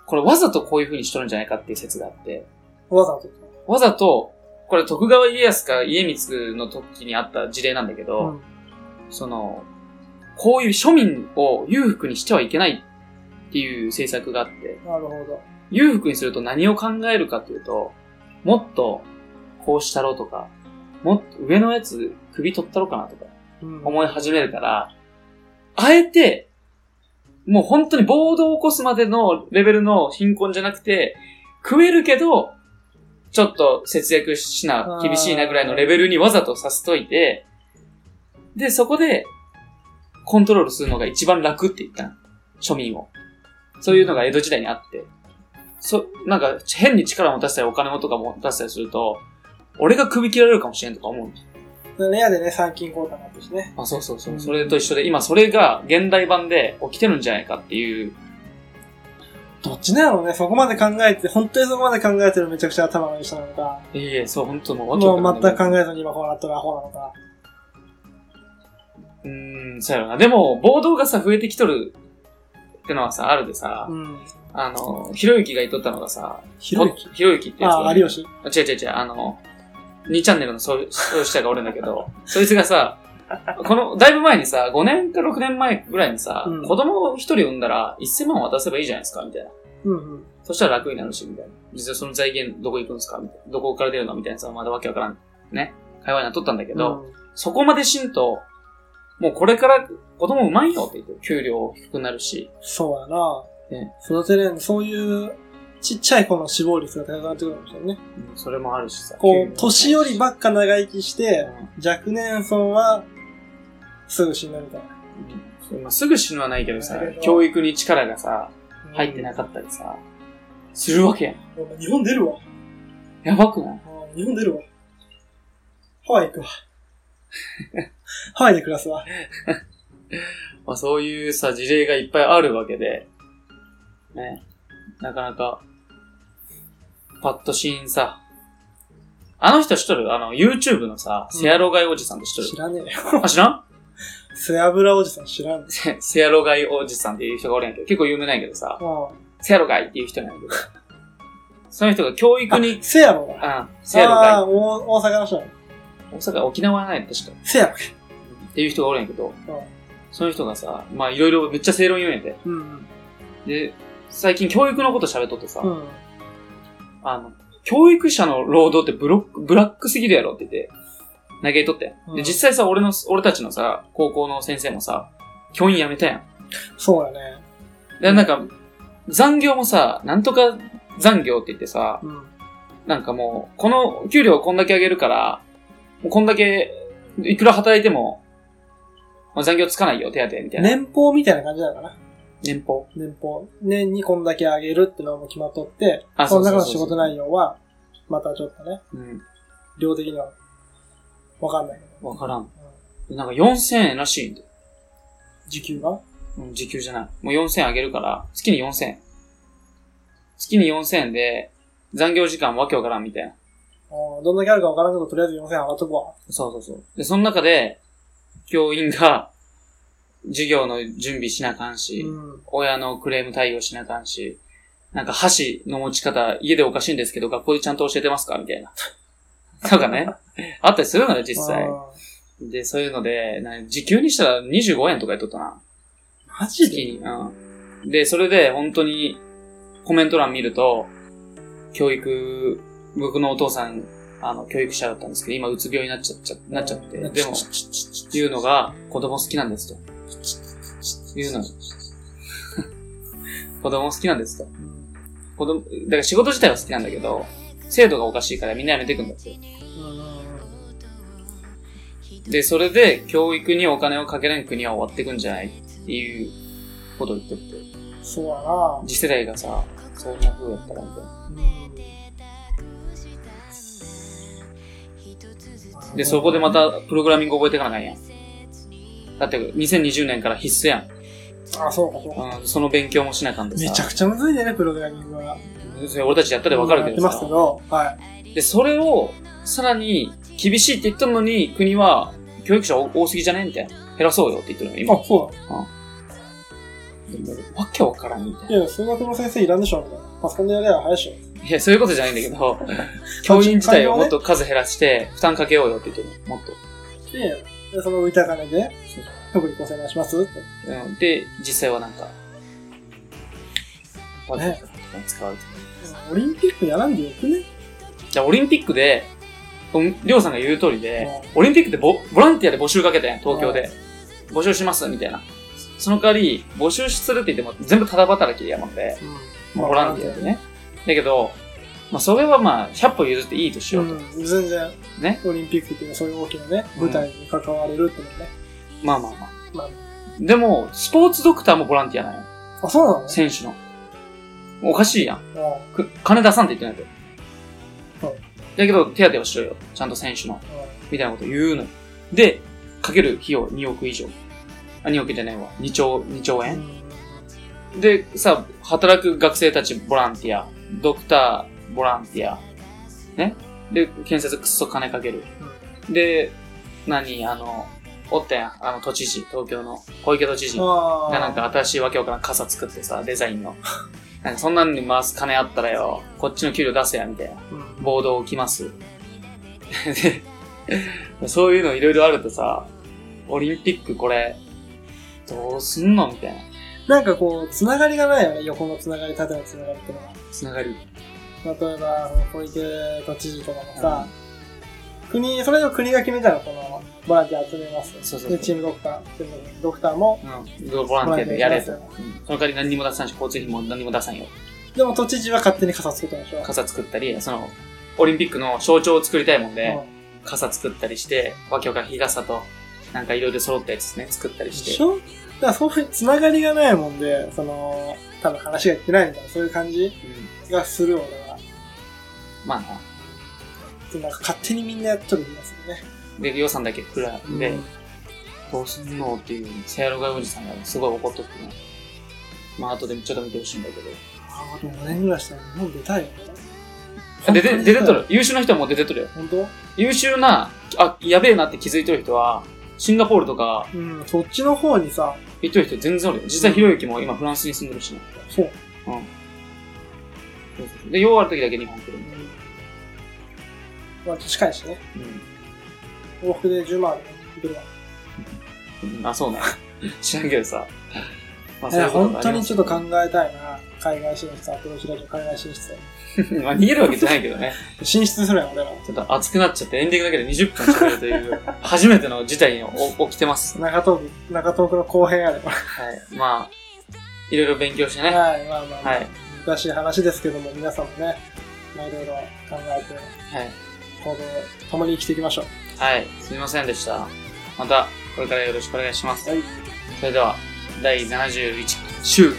[SPEAKER 1] これわざとこういう風にしとるんじゃないかっていう説があって、
[SPEAKER 2] わざと。
[SPEAKER 1] わざと、これ徳川家康か家光の時にあった事例なんだけど、
[SPEAKER 2] うん。
[SPEAKER 1] その、こういう庶民を裕福にしてはいけないっていう政策があって、
[SPEAKER 2] なるほど。
[SPEAKER 1] 裕福にすると何を考えるかというと、もっとこうしたろうとか、もっと上のやつ首取ったろうかなとか
[SPEAKER 2] うん
[SPEAKER 1] 思い始めるから、あえて、もう本当に暴動を起こすまでのレベルの貧困じゃなくて、食えるけど、ちょっと節約しな、厳しいなぐらいのレベルにわざとさせといて、で、そこで、コントロールするのが一番楽って言ったの庶民を。そういうのが江戸時代にあって。そ、なんか、変に力を持たせたりお金をとか持たせたりすると、俺が首切られるかもしれんとか思うの
[SPEAKER 2] レアでね、参勤交代になってしね。
[SPEAKER 1] あ、そうそうそうう。
[SPEAKER 2] ん
[SPEAKER 1] それと一緒で、今それが現代版で起きてるんじゃないかっていう。
[SPEAKER 2] どっちなのね、そこまで考えて、本当にそこまで考えてるめちゃくちゃ頭のいい人なのか、
[SPEAKER 1] いえいえ、そう、本当もうわけわ
[SPEAKER 2] も
[SPEAKER 1] かんな
[SPEAKER 2] う
[SPEAKER 1] い
[SPEAKER 2] 全く考えずに今こうなってるアホなのか。
[SPEAKER 1] うーん、そうやろな。でも、暴動がさ、増えてきとるってのはさ、あるでさ、
[SPEAKER 2] うん。
[SPEAKER 1] あの、ひろゆきが言っとったのがさ、
[SPEAKER 2] ひろゆき
[SPEAKER 1] もひろゆきってやつ
[SPEAKER 2] あ
[SPEAKER 1] が
[SPEAKER 2] あ、
[SPEAKER 1] ね、
[SPEAKER 2] 有吉。
[SPEAKER 1] あ違う違う違う、あの、2チャンネルのそう創始者がおるんだけど、 そいつがさ、この、だいぶ前にさ、5年か6年前ぐらいにさ、
[SPEAKER 2] うん
[SPEAKER 1] 子供を1人産んだら1000万渡せばいいじゃないですか、みたいな。
[SPEAKER 2] うんうん。
[SPEAKER 1] そしたら楽になるし、みたいな。実はその財源どこ行くんですかみたいな。どこから出るのみたいなさ、まだわけわからん。ね。会話になっとったんだけど、
[SPEAKER 2] うん
[SPEAKER 1] そこまでしんと、もうこれから子供うまいよって言って、給料低くなるし。
[SPEAKER 2] そうやな。
[SPEAKER 1] ね
[SPEAKER 2] 育てれん、そういう、ちっちゃい子の死亡率が高くなってくるかもしれないね。
[SPEAKER 1] うんそれもあるしさ。
[SPEAKER 2] こう、年寄りば
[SPEAKER 1] っ
[SPEAKER 2] っか長生きし
[SPEAKER 1] う
[SPEAKER 2] て、
[SPEAKER 1] ん
[SPEAKER 2] 若年層は、すぐ死ぬみたいな。
[SPEAKER 1] うんまあ、すぐ死ぬはないけどさ
[SPEAKER 2] だけど、
[SPEAKER 1] 教育に力がさ、入ってなかったりさ、するわけやん。
[SPEAKER 2] うん日本出るわ。
[SPEAKER 1] やばくない
[SPEAKER 2] うん日本出るわ。ハワイ行くわ。ハワイで暮らすわ。
[SPEAKER 1] まあそういうさ、事例がいっぱいあるわけで、ね、なかなか、パッとしんさ、あの人知っとるあの、YouTube のさ、
[SPEAKER 2] うん
[SPEAKER 1] セアロガイおじさんって知っ
[SPEAKER 2] 知
[SPEAKER 1] とる、
[SPEAKER 2] らねえよ。
[SPEAKER 1] あ、知らん
[SPEAKER 2] 背脂おじさん知らんね
[SPEAKER 1] せセアロガイおじさんっていう人がおるんやけど、結構有名なんやけどさ
[SPEAKER 2] え。、う
[SPEAKER 1] セアロガイっていう人なんやけど、その人が教育に
[SPEAKER 2] ん。、せやろな。
[SPEAKER 1] うん、セアロ
[SPEAKER 2] あ
[SPEAKER 1] ガ
[SPEAKER 2] あ、お大阪の人なの
[SPEAKER 1] イ、大阪、沖縄やない確か、
[SPEAKER 2] せやろ。
[SPEAKER 1] っていう人がおるんやけど
[SPEAKER 2] うん、
[SPEAKER 1] その人がさ、まあいろいろめっちゃ正論言うんやで、
[SPEAKER 2] うんうん。
[SPEAKER 1] で、最近教育のこと喋っとってさ、
[SPEAKER 2] うん。
[SPEAKER 1] あの、教育者の労働ってブロック、ブラックすぎるやろって言って、投げとって。
[SPEAKER 2] うん
[SPEAKER 1] で、実際さ、俺の、俺たちのさ、高校の先生もさ、教員辞めたやん。
[SPEAKER 2] そうやね。
[SPEAKER 1] で、なんか、残業もさ、なんとか残業って言ってさ、
[SPEAKER 2] うん。
[SPEAKER 1] なんかもう、この給料こんだけ上げるから、もうこんだけ、いくら働いても、まあ、残業つかないよ、手当みたいな。
[SPEAKER 2] 年俸みたいな感じなのかな。
[SPEAKER 1] 年俸。
[SPEAKER 2] 年俸。年にこんだけ上げるってのはもう決まっとって、
[SPEAKER 1] あ
[SPEAKER 2] その中の
[SPEAKER 1] そう
[SPEAKER 2] 仕
[SPEAKER 1] そうそう
[SPEAKER 2] 事内容は、またちょっとね、
[SPEAKER 1] うん。
[SPEAKER 2] 量的には、わかんないけど。
[SPEAKER 1] わからん。
[SPEAKER 2] うん
[SPEAKER 1] でなんか4000円らしいんだよ。
[SPEAKER 2] 時給が
[SPEAKER 1] うん、時給じゃない。もう4000円あげるから、月に4000円。月に4000円で、残業時間わけわからんみたいな。
[SPEAKER 2] うんどんだけあるかわからんけど、とりあえず4000円上がっとくわ。
[SPEAKER 1] そうそうそう。で、その中で、教員が、授業の準備しなあかんし、
[SPEAKER 2] うん。
[SPEAKER 1] 親のクレーム対応しなあかんし、なんか箸の持ち方、家でおかしいんですけ ど、学校でちゃんと教えてますかみたいな。なんかね、あったりするのよ、実際
[SPEAKER 2] う。ん
[SPEAKER 1] で、そういうので、な時給にしたら25円とかやっとったな。
[SPEAKER 2] マジ
[SPEAKER 1] 時
[SPEAKER 2] で
[SPEAKER 1] 期に。うん。で、それで本当にコメント欄見ると、教育、僕のお父さん、あの、教育者だったんですけど、今うつ病になっちゃっちゃなっちゃって、でも、言うのが子供好きなんですと。言うの。 子供好きなんですと。子供、だから仕事自体は好きなんだけど、制度がおかしいからみんな辞めていくんだって。
[SPEAKER 2] うん
[SPEAKER 1] で、それで教育にお金をかけない国は終わっていくんじゃないっていうことを言ってて。
[SPEAKER 2] そうやな
[SPEAKER 1] 次世代がさ、そんな風やったらみたいな。
[SPEAKER 2] うん
[SPEAKER 1] で、そこでまたプログラミング覚えていかなあかんやん。だって2020年から必須やん。
[SPEAKER 2] あ、そうか、そうか。
[SPEAKER 1] うん、その勉強もしなあかんでさ。
[SPEAKER 2] めちゃくちゃむずいね、プログラミングは。
[SPEAKER 1] それ俺たちやったでわかるけど
[SPEAKER 2] やってますけ
[SPEAKER 1] さ。
[SPEAKER 2] ど、はい。
[SPEAKER 1] で、それをさらに厳しいって言ったのに国は教育者多すぎじゃねえみたいな。減らそうよって言ってるの今。
[SPEAKER 2] あ、そ
[SPEAKER 1] わけわからんみたいう
[SPEAKER 2] なのいや、数学の先生いらんでしょ、みたいな。パソコンでやれば早いでしょ。
[SPEAKER 1] な。いや、そういうことじゃないんだけ ど、教員自体をもっと数減らして負担かけようよって言ってるの。もっと。
[SPEAKER 2] で、でその浮いた金で、特に構成お願いしますって。
[SPEAKER 1] うん、で、実際はなんか、わざわざ使われてる
[SPEAKER 2] オリンピックやらんでよくね
[SPEAKER 1] じゃあ、オリンピックで、うんりょうさんが言う通りで、オリンピックってボボランティアで募集かけたやん、東京で。募集します、みたいな。その代わり、募集するって言っても全部ただ働きやもんで、
[SPEAKER 2] うん。
[SPEAKER 1] ボランティアでね。だけど、まあ、それはまあ、100歩譲っていいとしようと。
[SPEAKER 2] うん、全然。
[SPEAKER 1] ね。
[SPEAKER 2] オリンピックっていうそういう大きなね、舞台に関われるってのはね。
[SPEAKER 1] まあまあまあ。
[SPEAKER 2] ま
[SPEAKER 1] でも、スポーツドクターもボランティアなんよ。
[SPEAKER 2] あ、あ、そうなの
[SPEAKER 1] 選手の。おかしいやん。
[SPEAKER 2] あ
[SPEAKER 1] く金出さんって言ってないと。
[SPEAKER 2] はい
[SPEAKER 1] だけど、手当てをしろよ。ちゃんと選手の。
[SPEAKER 2] あ
[SPEAKER 1] みたいなこと言うのよ。で、かける費用2億以上。あ、2億じゃないわ。2兆、2兆
[SPEAKER 2] あう
[SPEAKER 1] 円。
[SPEAKER 2] ん
[SPEAKER 1] で、さ、働く学生たちボランティア、ドクターボランティア、ね。で、建設くっそ金かける。で、何、あの、おったやん。あの、都知事、東京の小池都知事が
[SPEAKER 2] ああ。
[SPEAKER 1] なんか新しいわけわからん傘作ってさ、デザインの。 なんかそんなんに回す金あったらよ、こっちの給料出せや、みたいな。
[SPEAKER 2] うん、
[SPEAKER 1] ボードを置きます。で、そういうのいろいろあるとさ、オリンピックこれ、どうすんのみたいな。
[SPEAKER 2] なんかこう、つながりがないよね。横のつながり、縦のつながりってのは。
[SPEAKER 1] つながり。
[SPEAKER 2] 例えば、その小池都知事とかもさ、国、それを国が決めたら、この、ボランティア集めます。
[SPEAKER 1] そうそうそう
[SPEAKER 2] で、チームドクター、チームドクターも、
[SPEAKER 1] うん。ボランティアでやれと。
[SPEAKER 2] ボ
[SPEAKER 1] う
[SPEAKER 2] ラン
[SPEAKER 1] んその代わり何にも出さんし、交通費も何にも出さんよ。
[SPEAKER 2] でも都知事は勝手に傘つけてましょう。
[SPEAKER 1] 傘作ったり、その、オリンピックの象徴を作りたいもんで、
[SPEAKER 2] う
[SPEAKER 1] 傘作ったりして、わけわからん日傘と、なんかいろいろ揃ったやつね、作ったり
[SPEAKER 2] ん、で
[SPEAKER 1] し。
[SPEAKER 2] してょだからそういうつながりがないもんで、その、多分話がいってないみたいな、そういう感じ
[SPEAKER 1] うん
[SPEAKER 2] がする俺は。
[SPEAKER 1] まあな。
[SPEAKER 2] でなんか勝手にみんなやっとる気がするね。
[SPEAKER 1] で、予算だけくらんで、どうすんのっていう、セアロガイおじさんがすごい怒っとってね。まあ、後でちょっと見てほしいんだけど。
[SPEAKER 2] ああ、でも5年ぐらいしたら日本出たいよね。
[SPEAKER 1] あで、で、出てっとる。優秀な人はもう出てっとるよ。
[SPEAKER 2] 本当
[SPEAKER 1] 優秀な、あ、やべえなって気づいてる人は、シンガポールとか
[SPEAKER 2] うん、そっちの方にさ、
[SPEAKER 1] 行ってる人全然おるよ。実際ひろゆきも今フランスに住んでるしね。
[SPEAKER 2] そう。
[SPEAKER 1] で、用ある時だけ日本来る
[SPEAKER 2] うん
[SPEAKER 1] だよ。
[SPEAKER 2] ん、まあ、近いしね。
[SPEAKER 1] う
[SPEAKER 2] 往復で10万あるよ。いくら
[SPEAKER 1] んうん。あ、そうな。 知らんけどさ。ま
[SPEAKER 2] え本当にちょっと
[SPEAKER 1] か
[SPEAKER 2] 考えたいな。海外進出、アプローチラジオ、海外進出。
[SPEAKER 1] まあ、逃げるわけじゃないけどね。
[SPEAKER 2] 進出するやん、俺ら。
[SPEAKER 1] ちょっと熱くなっちゃってエンディングだけで20分喋るという、初めての事態にお起きてます。
[SPEAKER 2] 中東区、中東区の後編やで、これ。
[SPEAKER 1] はい。まあ、いろいろ勉強してね。は
[SPEAKER 2] はい、まあまあ、まあ
[SPEAKER 1] はい
[SPEAKER 2] 難しい話ですけども、皆さんもね、まあいろいろ考え
[SPEAKER 1] い。
[SPEAKER 2] て、行動、共に生きていきましょう。
[SPEAKER 1] はい。すみませんでした。また、これからよろしくお願いします。
[SPEAKER 2] はい。
[SPEAKER 1] それでは、第71週、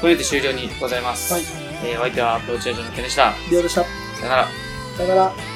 [SPEAKER 1] これで終了にございます。
[SPEAKER 2] はい。
[SPEAKER 1] えー、お相手はアプローチラジオの件でした。
[SPEAKER 2] リオでした。
[SPEAKER 1] さよなら。
[SPEAKER 2] さよなら。